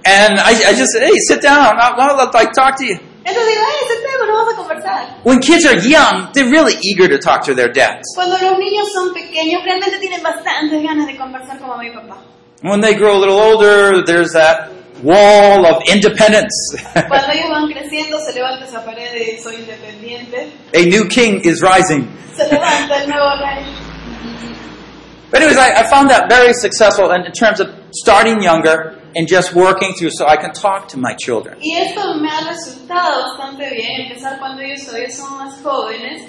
[SPEAKER 3] And I, I just said, hey, sit down. I want to like, talk to you.
[SPEAKER 4] Entonces digo, ¡eh, sentémonos, vamos a conversar!
[SPEAKER 3] When kids are young, they're really eager to talk to their dads.
[SPEAKER 4] Cuando los niños son pequeños, realmente tienen bastantes ganas de conversar como mi papá.
[SPEAKER 3] When they grow a little older, there's that wall of independence.
[SPEAKER 4] Cuando ellos van creciendo, se levanta esa pared de soy independiente,
[SPEAKER 3] a new king is rising.
[SPEAKER 4] se levanta el nuevo rey.
[SPEAKER 3] But anyways, I, I found that very successful in, in terms of starting younger and just working through so I can talk to my children.
[SPEAKER 4] Y esto me ha resultado bastante bien, empezar cuando ellos todavía son más jóvenes,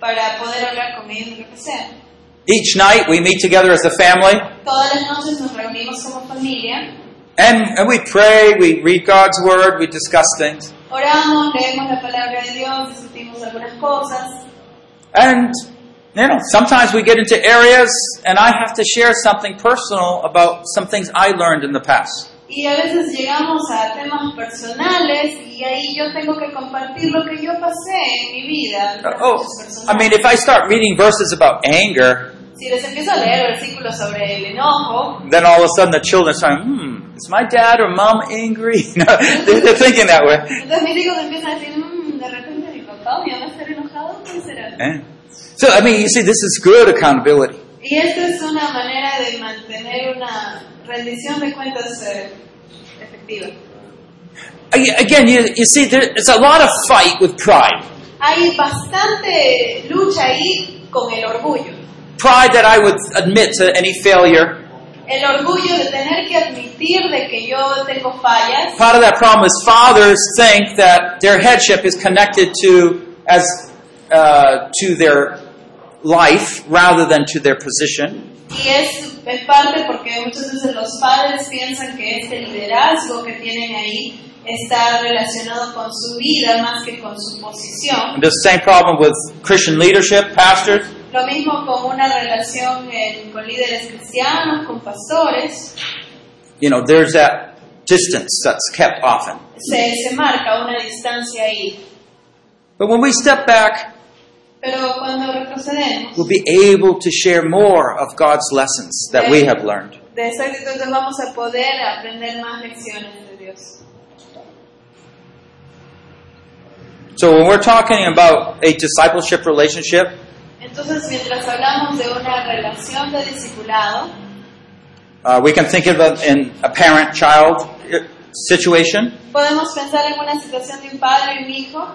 [SPEAKER 4] para poder hablar con ellos de lo que sea.
[SPEAKER 3] Each night we meet together as a family
[SPEAKER 4] Todas las noches nos reunimos como familia,
[SPEAKER 3] and, and we pray, we read God's word, we discuss things.
[SPEAKER 4] oramos, leemos la palabra de Dios, discutimos algunas cosas.
[SPEAKER 3] And you know, sometimes we get into areas and I have to share something personal about some things I learned in the past.
[SPEAKER 4] Y a veces llegamos a temas personales y ahí yo tengo que compartir lo que yo pasé en mi vida. mis
[SPEAKER 3] Oh,
[SPEAKER 4] procesos personales.
[SPEAKER 3] I mean, if I start reading verses about anger,
[SPEAKER 4] si les empiezo a leer versículos sobre el enojo,
[SPEAKER 3] then all of a sudden the children start, hmm, is my dad or mom angry? You know, they're, they're thinking that way.
[SPEAKER 4] entonces mis hijos empiezan a decir, "Mm, de repente mi papá o mi mamá estar enojado, ¿qué será?
[SPEAKER 3] Eh? So, I mean, you see, this is good accountability.
[SPEAKER 4] Y esta es una manera de mantener una rendición de cuentas eh, efectiva.
[SPEAKER 3] A- Again, you, you see, there, it's a lot of fight with pride.
[SPEAKER 4] Hay bastante lucha ahí con el orgullo.
[SPEAKER 3] Pride that I would admit to any failure.
[SPEAKER 4] El orgullo de tener que admitir de que yo tengo fallas
[SPEAKER 3] Part of that problem is fathers think that their headship is connected to as uh, to their life rather than to their position.
[SPEAKER 4] Y es en parte porque muchas veces los padres piensan que este liderazgo que tienen ahí está relacionado con su vida más que con su posición.
[SPEAKER 3] And the same problem with Christian leadership, pastors.
[SPEAKER 4] Lo mismo con una relación en- con líderes cristianos, con pastores,
[SPEAKER 3] You know, there's that distance that's kept often.
[SPEAKER 4] se, se marca una distancia ahí.
[SPEAKER 3] But when we step back,
[SPEAKER 4] Pero cuando retrocedemos,
[SPEAKER 3] we'll be able to share more of God's lessons that we have learned.
[SPEAKER 4] de esa actitud nos vamos a poder aprender más lecciones de Dios.
[SPEAKER 3] So when we're talking about a discipleship relationship,
[SPEAKER 4] Entonces, mientras hablamos de una relación de discipulado,
[SPEAKER 3] uh, we can think of it in a parent-child situation.
[SPEAKER 4] Podemos pensar en una situación de un padre y un hijo.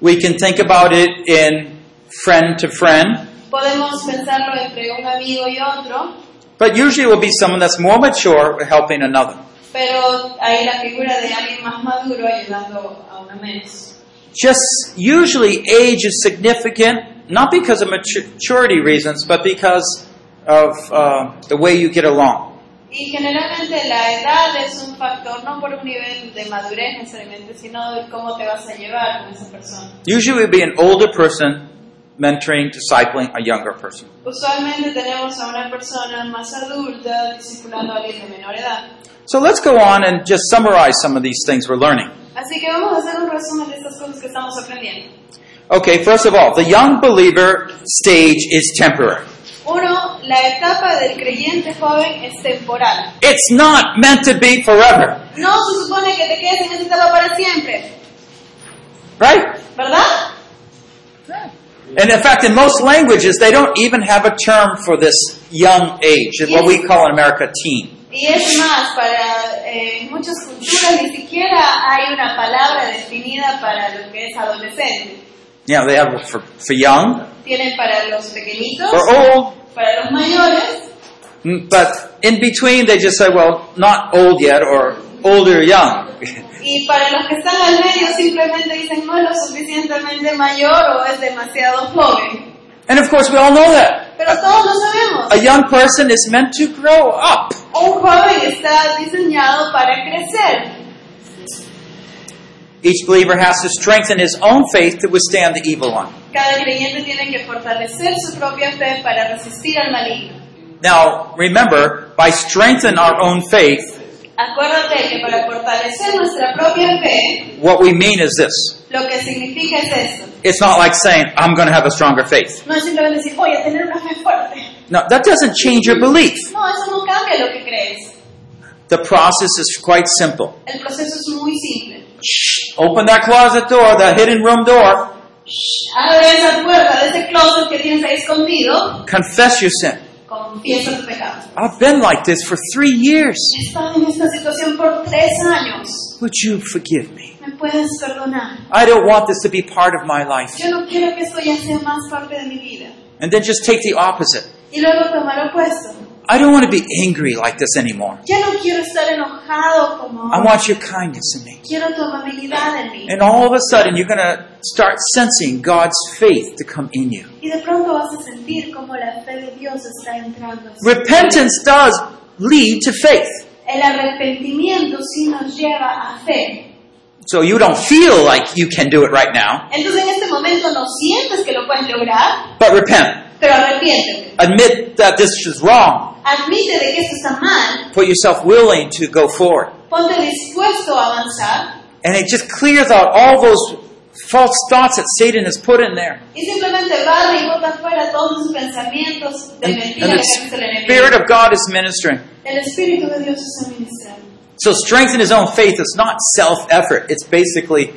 [SPEAKER 3] We can think about it in friend to friend.
[SPEAKER 4] Podemos pensarlo entre un amigo y otro.
[SPEAKER 3] But usually it will be someone that's more mature helping another.
[SPEAKER 4] Pero hay la figura de alguien más maduro ayudando a uno menos.
[SPEAKER 3] Just usually age is significant, not because of matu- maturity reasons, but because of uh, the way you get along.
[SPEAKER 4] Y generalmente la edad es un factor, no por un nivel de madurez necesariamente, sino de cómo te vas a llevar con esa persona.
[SPEAKER 3] Usually it would be an older person mentoring, discipling a younger person.
[SPEAKER 4] Usualmente tenemos a una persona más adulta discipulando a alguien de menor edad.
[SPEAKER 3] So let's go on and just summarize some of these things we're learning.
[SPEAKER 4] Así que vamos a hacer un resumen de estas cosas que estamos aprendiendo.
[SPEAKER 3] Okay, first of all, the young believer stage is temporary.
[SPEAKER 4] Uno, la etapa del creyente joven es temporal.
[SPEAKER 3] It's not meant to be forever,
[SPEAKER 4] No se supone que te quedes en esa etapa para siempre,
[SPEAKER 3] right?
[SPEAKER 4] ¿verdad?
[SPEAKER 3] And in fact, in most languages, they don't even have a term for this young age, what we call in America teen.
[SPEAKER 4] Y es más, para eh, en muchas culturas ni siquiera hay una palabra definida para lo que es adolescente.
[SPEAKER 3] Yeah, they have it for, for young,
[SPEAKER 4] Tienen para los pequeñitos,
[SPEAKER 3] for old,
[SPEAKER 4] para los mayores,
[SPEAKER 3] mm, but in between they just say, well, not old yet, or older young.
[SPEAKER 4] y para los que están al medio simplemente dicen no es lo suficientemente mayor o es demasiado joven.
[SPEAKER 3] and of course, we all know that.
[SPEAKER 4] Pero pero todos lo sabemos.
[SPEAKER 3] A young person is meant to grow up.
[SPEAKER 4] Un joven está diseñado para crecer.
[SPEAKER 3] Each believer has to strengthen his own faith to withstand the evil one.
[SPEAKER 4] Cada creyente tiene que fortalecer su propia fe para resistir al maligno.
[SPEAKER 3] Now, remember, by strengthen our own faith,
[SPEAKER 4] Acuérdate que para fortalecer nuestra propia fe,
[SPEAKER 3] what we mean is this.
[SPEAKER 4] lo que significa es esto.
[SPEAKER 3] It's not like saying, I'm going to have a stronger faith.
[SPEAKER 4] No es simplemente decir, voy a tener una fe fuerte.
[SPEAKER 3] No, that doesn't change your belief.
[SPEAKER 4] No, eso no cambia lo que crees.
[SPEAKER 3] The process is quite simple.
[SPEAKER 4] El proceso es muy simple.
[SPEAKER 3] Shh, open that closet door, that hidden room door.
[SPEAKER 4] Shh, Abre esa puerta de ese closet que tienes ahí escondido.
[SPEAKER 3] Confess your sin.
[SPEAKER 4] Confiesa tus pecados.
[SPEAKER 3] I've been like this for three years.
[SPEAKER 4] He estado en esta situación por tres años.
[SPEAKER 3] Would you forgive me?
[SPEAKER 4] ¿Me puedes perdonar?
[SPEAKER 3] I don't want this to be part of my life.
[SPEAKER 4] Yo no quiero que esto ya sea más parte de mi vida.
[SPEAKER 3] And then just take the opposite.
[SPEAKER 4] Y luego tomar lo opuesto.
[SPEAKER 3] I don't want to be angry like this anymore.
[SPEAKER 4] Ya no quiero estar enojado como
[SPEAKER 3] I
[SPEAKER 4] ahora.
[SPEAKER 3] want your kindness in me.
[SPEAKER 4] Quiero tu amabilidad en mí.
[SPEAKER 3] And all of a sudden, you're going to start sensing God's faith to come in you.
[SPEAKER 4] Y de pronto vas a sentir como la fe de Dios está entrando. en ti.
[SPEAKER 3] Repentance does lead to faith.
[SPEAKER 4] El arrepentimiento sí nos lleva a fe.
[SPEAKER 3] So you don't feel like you can do it right now,
[SPEAKER 4] Entonces en este momento no sientes que lo puedes lograr,
[SPEAKER 3] but repent.
[SPEAKER 4] pero arrepiéntete.
[SPEAKER 3] Admit that this is wrong.
[SPEAKER 4] Admite de que esto está mal,
[SPEAKER 3] Put yourself willing to go forward.
[SPEAKER 4] ponte dispuesto a avanzar
[SPEAKER 3] And it just clears out all those false thoughts that Satan has put in there.
[SPEAKER 4] y simplemente barre y bota fuera todos sus pensamientos de
[SPEAKER 3] And,
[SPEAKER 4] mentira
[SPEAKER 3] and
[SPEAKER 4] que
[SPEAKER 3] the
[SPEAKER 4] ha visto el
[SPEAKER 3] Spirit
[SPEAKER 4] enemigo.
[SPEAKER 3] of God is ministering.
[SPEAKER 4] El Espíritu de Dios es administrado.
[SPEAKER 3] So strengthen his own faith. It's not self effort. It's basically,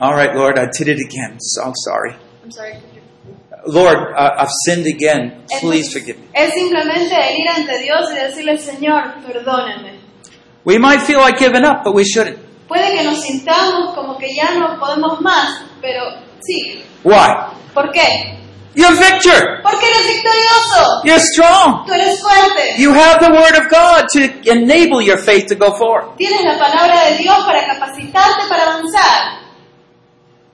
[SPEAKER 3] all right, Lord, I did it again. So sorry.
[SPEAKER 4] I'm sorry.
[SPEAKER 3] Lord, uh, I've sinned again. Please
[SPEAKER 4] Entonces,
[SPEAKER 3] forgive me.
[SPEAKER 4] Es simplemente el ir ante Dios y decirle, Señor, perdóname.
[SPEAKER 3] We might feel like giving up, but we shouldn't.
[SPEAKER 4] Puede que nos sintamos como que ya no podemos más, pero sí.
[SPEAKER 3] Why?
[SPEAKER 4] ¿Por qué?
[SPEAKER 3] You're victor.
[SPEAKER 4] Porque eres victorioso.
[SPEAKER 3] You're strong.
[SPEAKER 4] Tú eres fuerte.
[SPEAKER 3] You have the word of God to enable your faith to go forward.
[SPEAKER 4] Tienes la palabra de Dios para capacitarte para avanzar.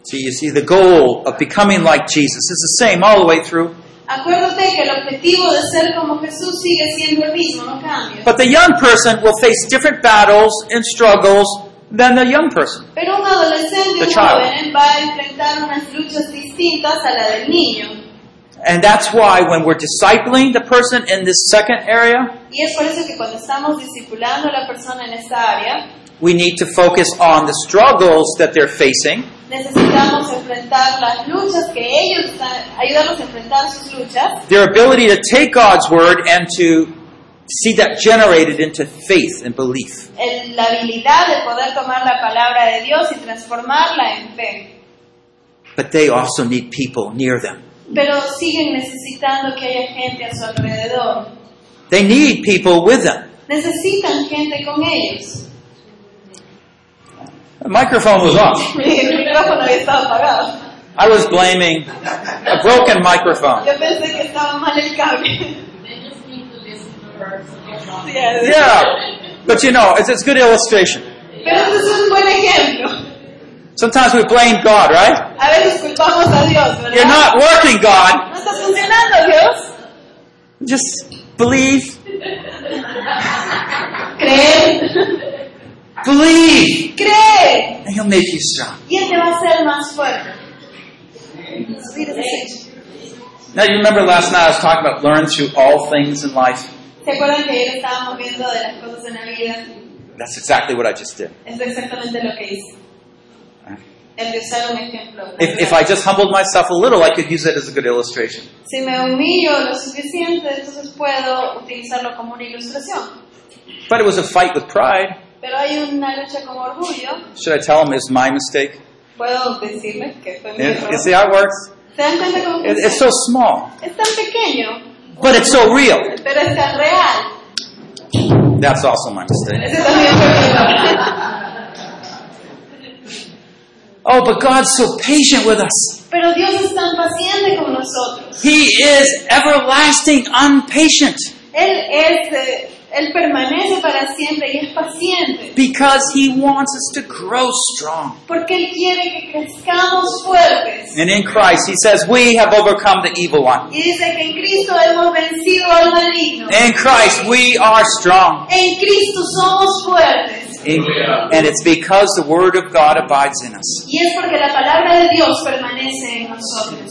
[SPEAKER 3] So you see, the goal of becoming like Jesus is the same all the way through.
[SPEAKER 4] Acuérdate que el objetivo de ser como Jesús sigue siendo el mismo, no cambia.
[SPEAKER 3] But the young person will face different battles and struggles than the young person.
[SPEAKER 4] Pero un adolescente,
[SPEAKER 3] The
[SPEAKER 4] un
[SPEAKER 3] child.
[SPEAKER 4] joven, va a enfrentar unas luchas distintas a la del niño.
[SPEAKER 3] And that's why when we're discipling the person in this second area,
[SPEAKER 4] Y es por eso que cuando estamos discipulando a la persona en esta área,
[SPEAKER 3] we need to focus on the struggles that they're facing
[SPEAKER 4] Necesitamos enfrentar las luchas que ellos están, ayudarlos a enfrentar sus luchas,
[SPEAKER 3] their ability to take God's word and to see that generated into faith and belief.
[SPEAKER 4] el- la habilidad de poder tomar la palabra de Dios y transformarla en fe.
[SPEAKER 3] But they also need people near them.
[SPEAKER 4] Pero siguen necesitando que haya gente a su alrededor.
[SPEAKER 3] They need people with them.
[SPEAKER 4] Necesitan gente con ellos.
[SPEAKER 3] The microphone was off.
[SPEAKER 4] El micrófono había estado apagado.
[SPEAKER 3] I was blaming a broken microphone.
[SPEAKER 4] Yo pensé que estaba mal el cable. Yes.
[SPEAKER 3] Yeah. But you know, it's, it's a good illustration.
[SPEAKER 4] Pero este es un buen ejemplo.
[SPEAKER 3] Sometimes we blame God, right?
[SPEAKER 4] A veces culpamos a Dios,
[SPEAKER 3] You're
[SPEAKER 4] ¿verdad?
[SPEAKER 3] not working, God.
[SPEAKER 4] No está funcionando, Dios.
[SPEAKER 3] Just believe.
[SPEAKER 4] Creer.
[SPEAKER 3] Believe.
[SPEAKER 4] Cree.
[SPEAKER 3] And He'll make you strong.
[SPEAKER 4] Y Él te va a hacer más fuerte. Respira, desecha.
[SPEAKER 3] Now, you remember last night I was talking about learn through all things in life?
[SPEAKER 4] ¿Se acuerdan que ayer estábamos viendo de las cosas en la vida?
[SPEAKER 3] That's exactly what I just did.
[SPEAKER 4] Es exactamente lo que hice. El de usar un ejemplo.
[SPEAKER 3] If, if I just humbled myself a little, I could use it as a good illustration.
[SPEAKER 4] Si me humillo lo suficiente, entonces puedo utilizarlo como una ilustración.
[SPEAKER 3] But it was a fight with pride.
[SPEAKER 4] Pero hay una lucha con orgullo.
[SPEAKER 3] Should I tell him it's my mistake?
[SPEAKER 4] Puedo decirles que fue mi
[SPEAKER 3] You
[SPEAKER 4] error.
[SPEAKER 3] you see how it works?
[SPEAKER 4] ¿Se dan cuenta cómo
[SPEAKER 3] It- it's so
[SPEAKER 4] funciona?
[SPEAKER 3] small,
[SPEAKER 4] Es tan pequeño,
[SPEAKER 3] but it's so real.
[SPEAKER 4] pero es tan real.
[SPEAKER 3] That's also my mistake.
[SPEAKER 4] Ese también fue mi error.
[SPEAKER 3] Oh, but God's so patient with us.
[SPEAKER 4] Pero Dios es tan paciente con nosotros.
[SPEAKER 3] He is everlasting, unpatient.
[SPEAKER 4] Él es eh, Él permanece para siempre y es paciente.
[SPEAKER 3] because He wants us to grow strong.
[SPEAKER 4] Porque Él quiere que crezcamos fuertes.
[SPEAKER 3] And in Christ, He says, We have overcome the evil one.
[SPEAKER 4] Y dice que en Cristo hemos vencido al maligno.
[SPEAKER 3] In Christ, we are strong.
[SPEAKER 4] En Cristo somos fuertes.
[SPEAKER 3] In- and it's because the Word of God abides in us.
[SPEAKER 4] Y es porque la palabra de Dios permanece en nosotros.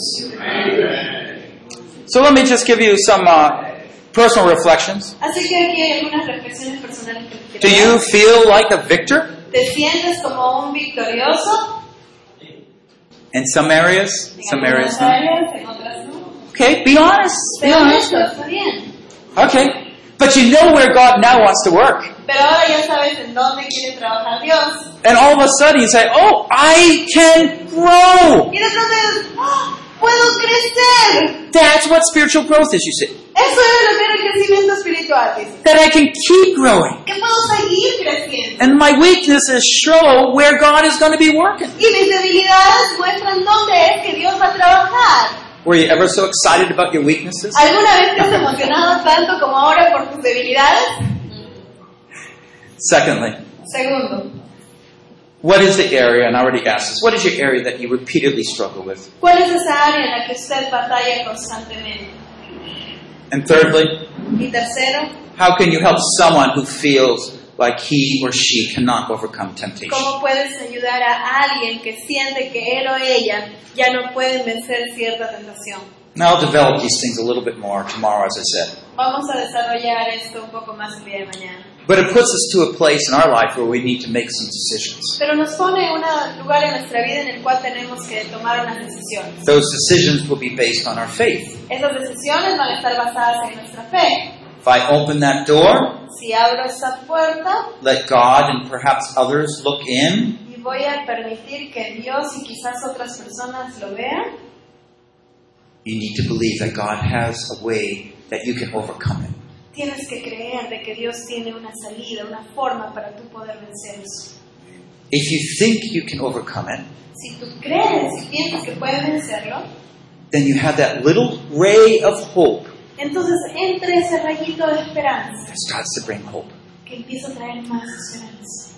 [SPEAKER 3] So let me just give you some uh, personal reflections.
[SPEAKER 4] Así que aquí hay algunas reflexiones personales que te
[SPEAKER 3] Do
[SPEAKER 4] quiero
[SPEAKER 3] you
[SPEAKER 4] dar.
[SPEAKER 3] feel like a victor
[SPEAKER 4] ¿Te sientes como un victorioso?
[SPEAKER 3] in some areas?
[SPEAKER 4] En
[SPEAKER 3] Some areas,
[SPEAKER 4] algunas
[SPEAKER 3] no.
[SPEAKER 4] áreas, en otras no.
[SPEAKER 3] Okay, be honest. Be
[SPEAKER 4] Pero
[SPEAKER 3] honest.
[SPEAKER 4] esto está bien.
[SPEAKER 3] Okay. But you know where God now wants to work.
[SPEAKER 4] Pero ahora ya sabes en dónde quiere trabajar Dios.
[SPEAKER 3] And all of a sudden you say, Oh, I can grow.
[SPEAKER 4] Y de pronto dices, ¡Ah! ¡Puedo crecer!
[SPEAKER 3] That's what spiritual growth is, you say.
[SPEAKER 4] Eso es lo que era el crecimiento espiritual, dice.
[SPEAKER 3] That I can keep growing.
[SPEAKER 4] Que puedo seguir creciendo.
[SPEAKER 3] And my weaknesses show where God is going to be working.
[SPEAKER 4] Y mis debilidades muestran dónde es que Dios va a trabajar.
[SPEAKER 3] Were you ever so excited about your weaknesses?
[SPEAKER 4] ¿Alguna vez te has emocionado tanto como ahora por tus debilidades?
[SPEAKER 3] Secondly,
[SPEAKER 4] Segundo,
[SPEAKER 3] what is the area, and I already asked this, what is your area that you repeatedly struggle with?
[SPEAKER 4] ¿cuál es esa área en la que usted batalla constantemente?
[SPEAKER 3] And thirdly,
[SPEAKER 4] Y tercero,
[SPEAKER 3] how can you help someone who feels like he or she cannot overcome temptation?
[SPEAKER 4] ¿Cómo puedes ayudar a alguien que siente que él o ella ya no pueden vencer cierta tentación?
[SPEAKER 3] Now I'll develop these things a little bit more tomorrow, as I said.
[SPEAKER 4] Vamos a desarrollar esto un poco más el día de mañana.
[SPEAKER 3] But it puts us to a place in our life where we need to make some decisions.
[SPEAKER 4] Pero nos pone en un lugar en nuestra vida en el cual tenemos que tomar unas decisiones.
[SPEAKER 3] Those decisions will be based on our faith.
[SPEAKER 4] Esas decisiones van a estar basadas en nuestra fe.
[SPEAKER 3] If I open that door,
[SPEAKER 4] Si abro esa puerta
[SPEAKER 3] let God and perhaps others look in,
[SPEAKER 4] y voy a permitir que Dios y quizás otras personas lo vean,
[SPEAKER 3] you need to believe that God has a way that you can overcome it.
[SPEAKER 4] tienes que creer de que Dios tiene una salida, una forma para tú poder vencer eso.
[SPEAKER 3] If you think you can overcome it,
[SPEAKER 4] Si tú crees y piensas que puedes vencerlo,
[SPEAKER 3] then you have that little ray of hope
[SPEAKER 4] entonces entre ese rayito de esperanza
[SPEAKER 3] that starts to bring hope.
[SPEAKER 4] que empieza a traer más esperanza.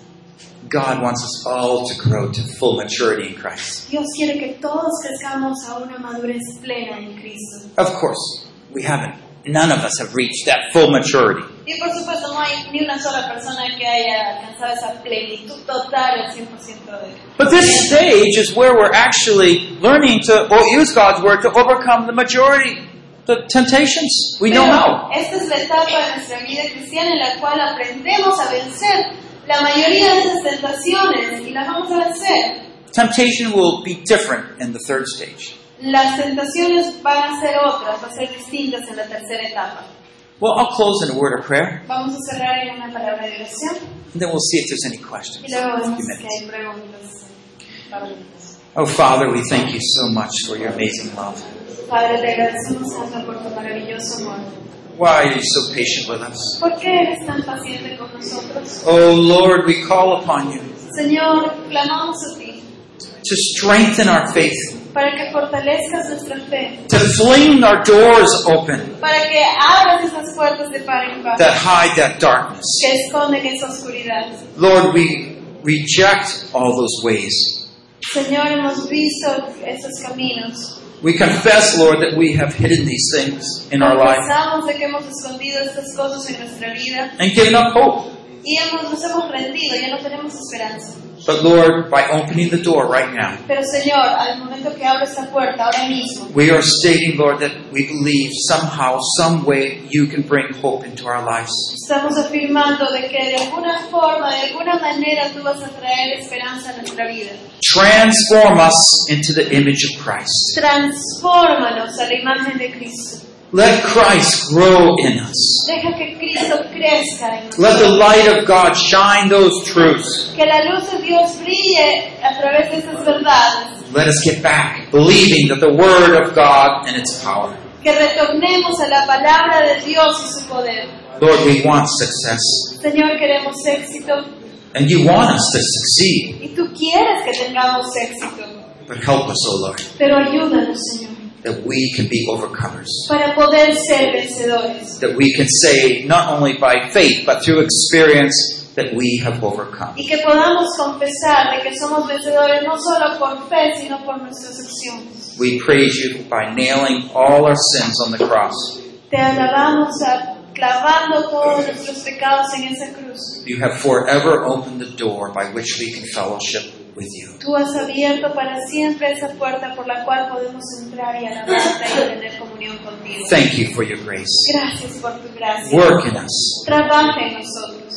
[SPEAKER 3] God wants us all to grow to full maturity in Christ.
[SPEAKER 4] Dios quiere que todos crezcamos a una madurez plena en Cristo.
[SPEAKER 3] Of course, we haven't. None of us have reached that full maturity.
[SPEAKER 4] Y por supuesto no hay ni una sola persona que haya alcanzado esa plenitud total al 100% de él.
[SPEAKER 3] But this stage is where we're actually learning to or use God's word to overcome the majority the temptations we
[SPEAKER 4] Pero
[SPEAKER 3] know now.
[SPEAKER 4] esta es la etapa de nuestra vida cristiana en la cual aprendemos a vencer la mayoría de esas tentaciones y las vamos a vencer.
[SPEAKER 3] Temptation will be different in the third stage.
[SPEAKER 4] Las tentaciones van a ser otras, van a ser distintas en la tercera etapa.
[SPEAKER 3] Well, I'll close in a word of prayer,
[SPEAKER 4] Vamos a cerrar en una palabra de oración
[SPEAKER 3] and then we'll see if there's any questions.
[SPEAKER 4] y luego vemos
[SPEAKER 3] Few
[SPEAKER 4] que hay
[SPEAKER 3] minutes.
[SPEAKER 4] preguntas. favoritas.
[SPEAKER 3] Oh, Father, we thank you so much for your amazing love.
[SPEAKER 4] Padre, te agradecemos, Santa, por tu maravilloso amor.
[SPEAKER 3] Why are you so patient with us?
[SPEAKER 4] ¿Por qué eres tan paciente con nosotros?
[SPEAKER 3] Oh, Lord, we call upon you
[SPEAKER 4] Señor, clamamos a ti
[SPEAKER 3] to strengthen our faith,
[SPEAKER 4] para que fortalezcas nuestra fe,
[SPEAKER 3] to fling our doors open
[SPEAKER 4] para que abras esas puertas de par en par
[SPEAKER 3] that hide that darkness.
[SPEAKER 4] que esconden esa oscuridad.
[SPEAKER 3] Lord, we reject all those ways.
[SPEAKER 4] Señor, hemos visto esos caminos.
[SPEAKER 3] We confess, Lord, that we have hidden these things in our life
[SPEAKER 4] Pensamos de que hemos escondido estas cosas en nuestra vida
[SPEAKER 3] and given up hope.
[SPEAKER 4] y hemos, nos hemos rendido, ya no tenemos esperanza.
[SPEAKER 3] But Lord, by opening the door right now,
[SPEAKER 4] Pero Señor, al momento que abro esta puerta, ahora mismo,
[SPEAKER 3] we are stating, Lord, that we believe somehow, some way, you can bring hope into our lives.
[SPEAKER 4] estamos afirmando de que de alguna forma, de alguna manera tú vas a traer esperanza a nuestra vida.
[SPEAKER 3] Transform us into the image of Christ.
[SPEAKER 4] Transfórmanos a la imagen de Cristo.
[SPEAKER 3] Let Christ grow in us.
[SPEAKER 4] Deja que Cristo crezca en
[SPEAKER 3] Let the
[SPEAKER 4] nosotros.
[SPEAKER 3] light of God shine those truths.
[SPEAKER 4] Que la luz de Dios brille a través de estas verdades.
[SPEAKER 3] Let us get back believing that the Word of God and its power.
[SPEAKER 4] Que retornemos a la palabra de Dios y su poder.
[SPEAKER 3] Lord, we want success,
[SPEAKER 4] Señor, queremos éxito
[SPEAKER 3] and you want us to succeed.
[SPEAKER 4] y tú quieres que tengamos éxito.
[SPEAKER 3] But help us, O Lord,
[SPEAKER 4] Pero ayúdanos, Señor,
[SPEAKER 3] that we can be overcomers.
[SPEAKER 4] para poder ser vencedores
[SPEAKER 3] That we can say, not only by faith, but through experience, that we have overcome.
[SPEAKER 4] y que podamos confesar de que somos vencedores no solo por fe, sino por nuestras acciones.
[SPEAKER 3] We praise you by nailing all our sins on the cross.
[SPEAKER 4] Te alabamos a- clavando todos nuestros pecados en esa cruz.
[SPEAKER 3] You have forever opened the door by which we can fellowship with you.
[SPEAKER 4] Tú has abierto para siempre esa puerta por la cual podemos entrar y alabarte y tener comunión contigo.
[SPEAKER 3] Thank you for your grace.
[SPEAKER 4] Gracias por tu gracia.
[SPEAKER 3] Work in us.
[SPEAKER 4] Trabaja en nosotros.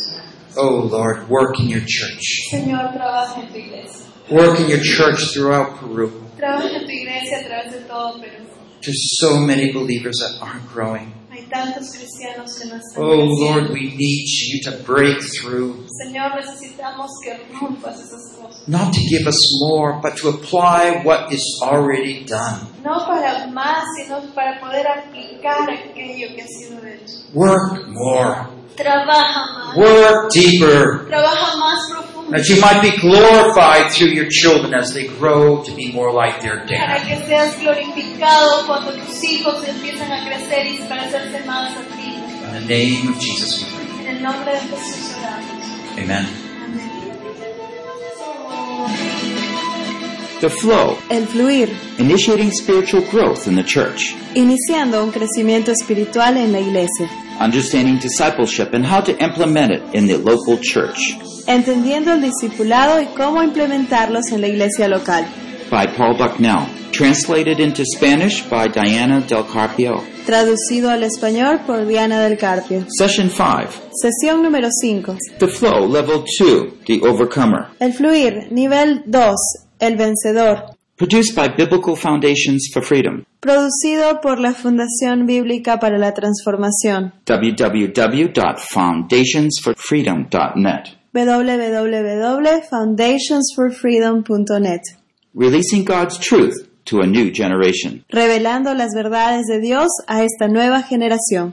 [SPEAKER 3] Oh Lord, work in your church.
[SPEAKER 4] Señor, trabaja en tu iglesia.
[SPEAKER 3] Work in your church throughout Peru.
[SPEAKER 4] Trabaja en tu iglesia a través de todo Perú.
[SPEAKER 3] There's so many believers that aren't growing.
[SPEAKER 4] Hay tantos cristianos que no están
[SPEAKER 3] Oh
[SPEAKER 4] creciendo.
[SPEAKER 3] Lord, we need you to break through,
[SPEAKER 4] Señor, necesitamos que rompas esas cosas.
[SPEAKER 3] not to give us more, but to apply what is already done.
[SPEAKER 4] No para más, sino para poder aplicar aquello que ha sido hecho.
[SPEAKER 3] Work more.
[SPEAKER 4] Trabaja más.
[SPEAKER 3] Work deeper.
[SPEAKER 4] Trabaja más profundo.
[SPEAKER 3] That you might be glorified through your children as they grow to be more like their
[SPEAKER 4] Para
[SPEAKER 3] dad.
[SPEAKER 4] que seas glorificado cuando tus hijos empiezan a crecer y parecerse más a ti.
[SPEAKER 3] In the name of Jesus we pray.
[SPEAKER 4] En el nombre de Jesús oramos.
[SPEAKER 3] Amen.
[SPEAKER 1] The flow,
[SPEAKER 2] El fluir,
[SPEAKER 1] initiating spiritual growth in the church,
[SPEAKER 2] iniciando un crecimiento espiritual en la iglesia,
[SPEAKER 1] understanding discipleship and how to implement it in the local church
[SPEAKER 2] entendiendo el discipulado y cómo implementarlos en la iglesia local.
[SPEAKER 1] by Paul Bucknell, translated into Spanish by Diana Del Carpio.
[SPEAKER 2] Traducido al español por Diana del Carpio.
[SPEAKER 1] Session 5,
[SPEAKER 2] Sesión número 5.
[SPEAKER 1] The Flow Level 2, The Overcomer,
[SPEAKER 2] El fluir, nivel 2. El vencedor.
[SPEAKER 1] produced by Biblical Foundations for Freedom,
[SPEAKER 2] Producido por la Fundación Bíblica para la Transformación.
[SPEAKER 1] www.foundationsforfreedom.net,
[SPEAKER 2] www.foundationsforfreedom.net.
[SPEAKER 1] releasing God's truth to a new generation.
[SPEAKER 2] Revelando las verdades de Dios a esta nueva generación.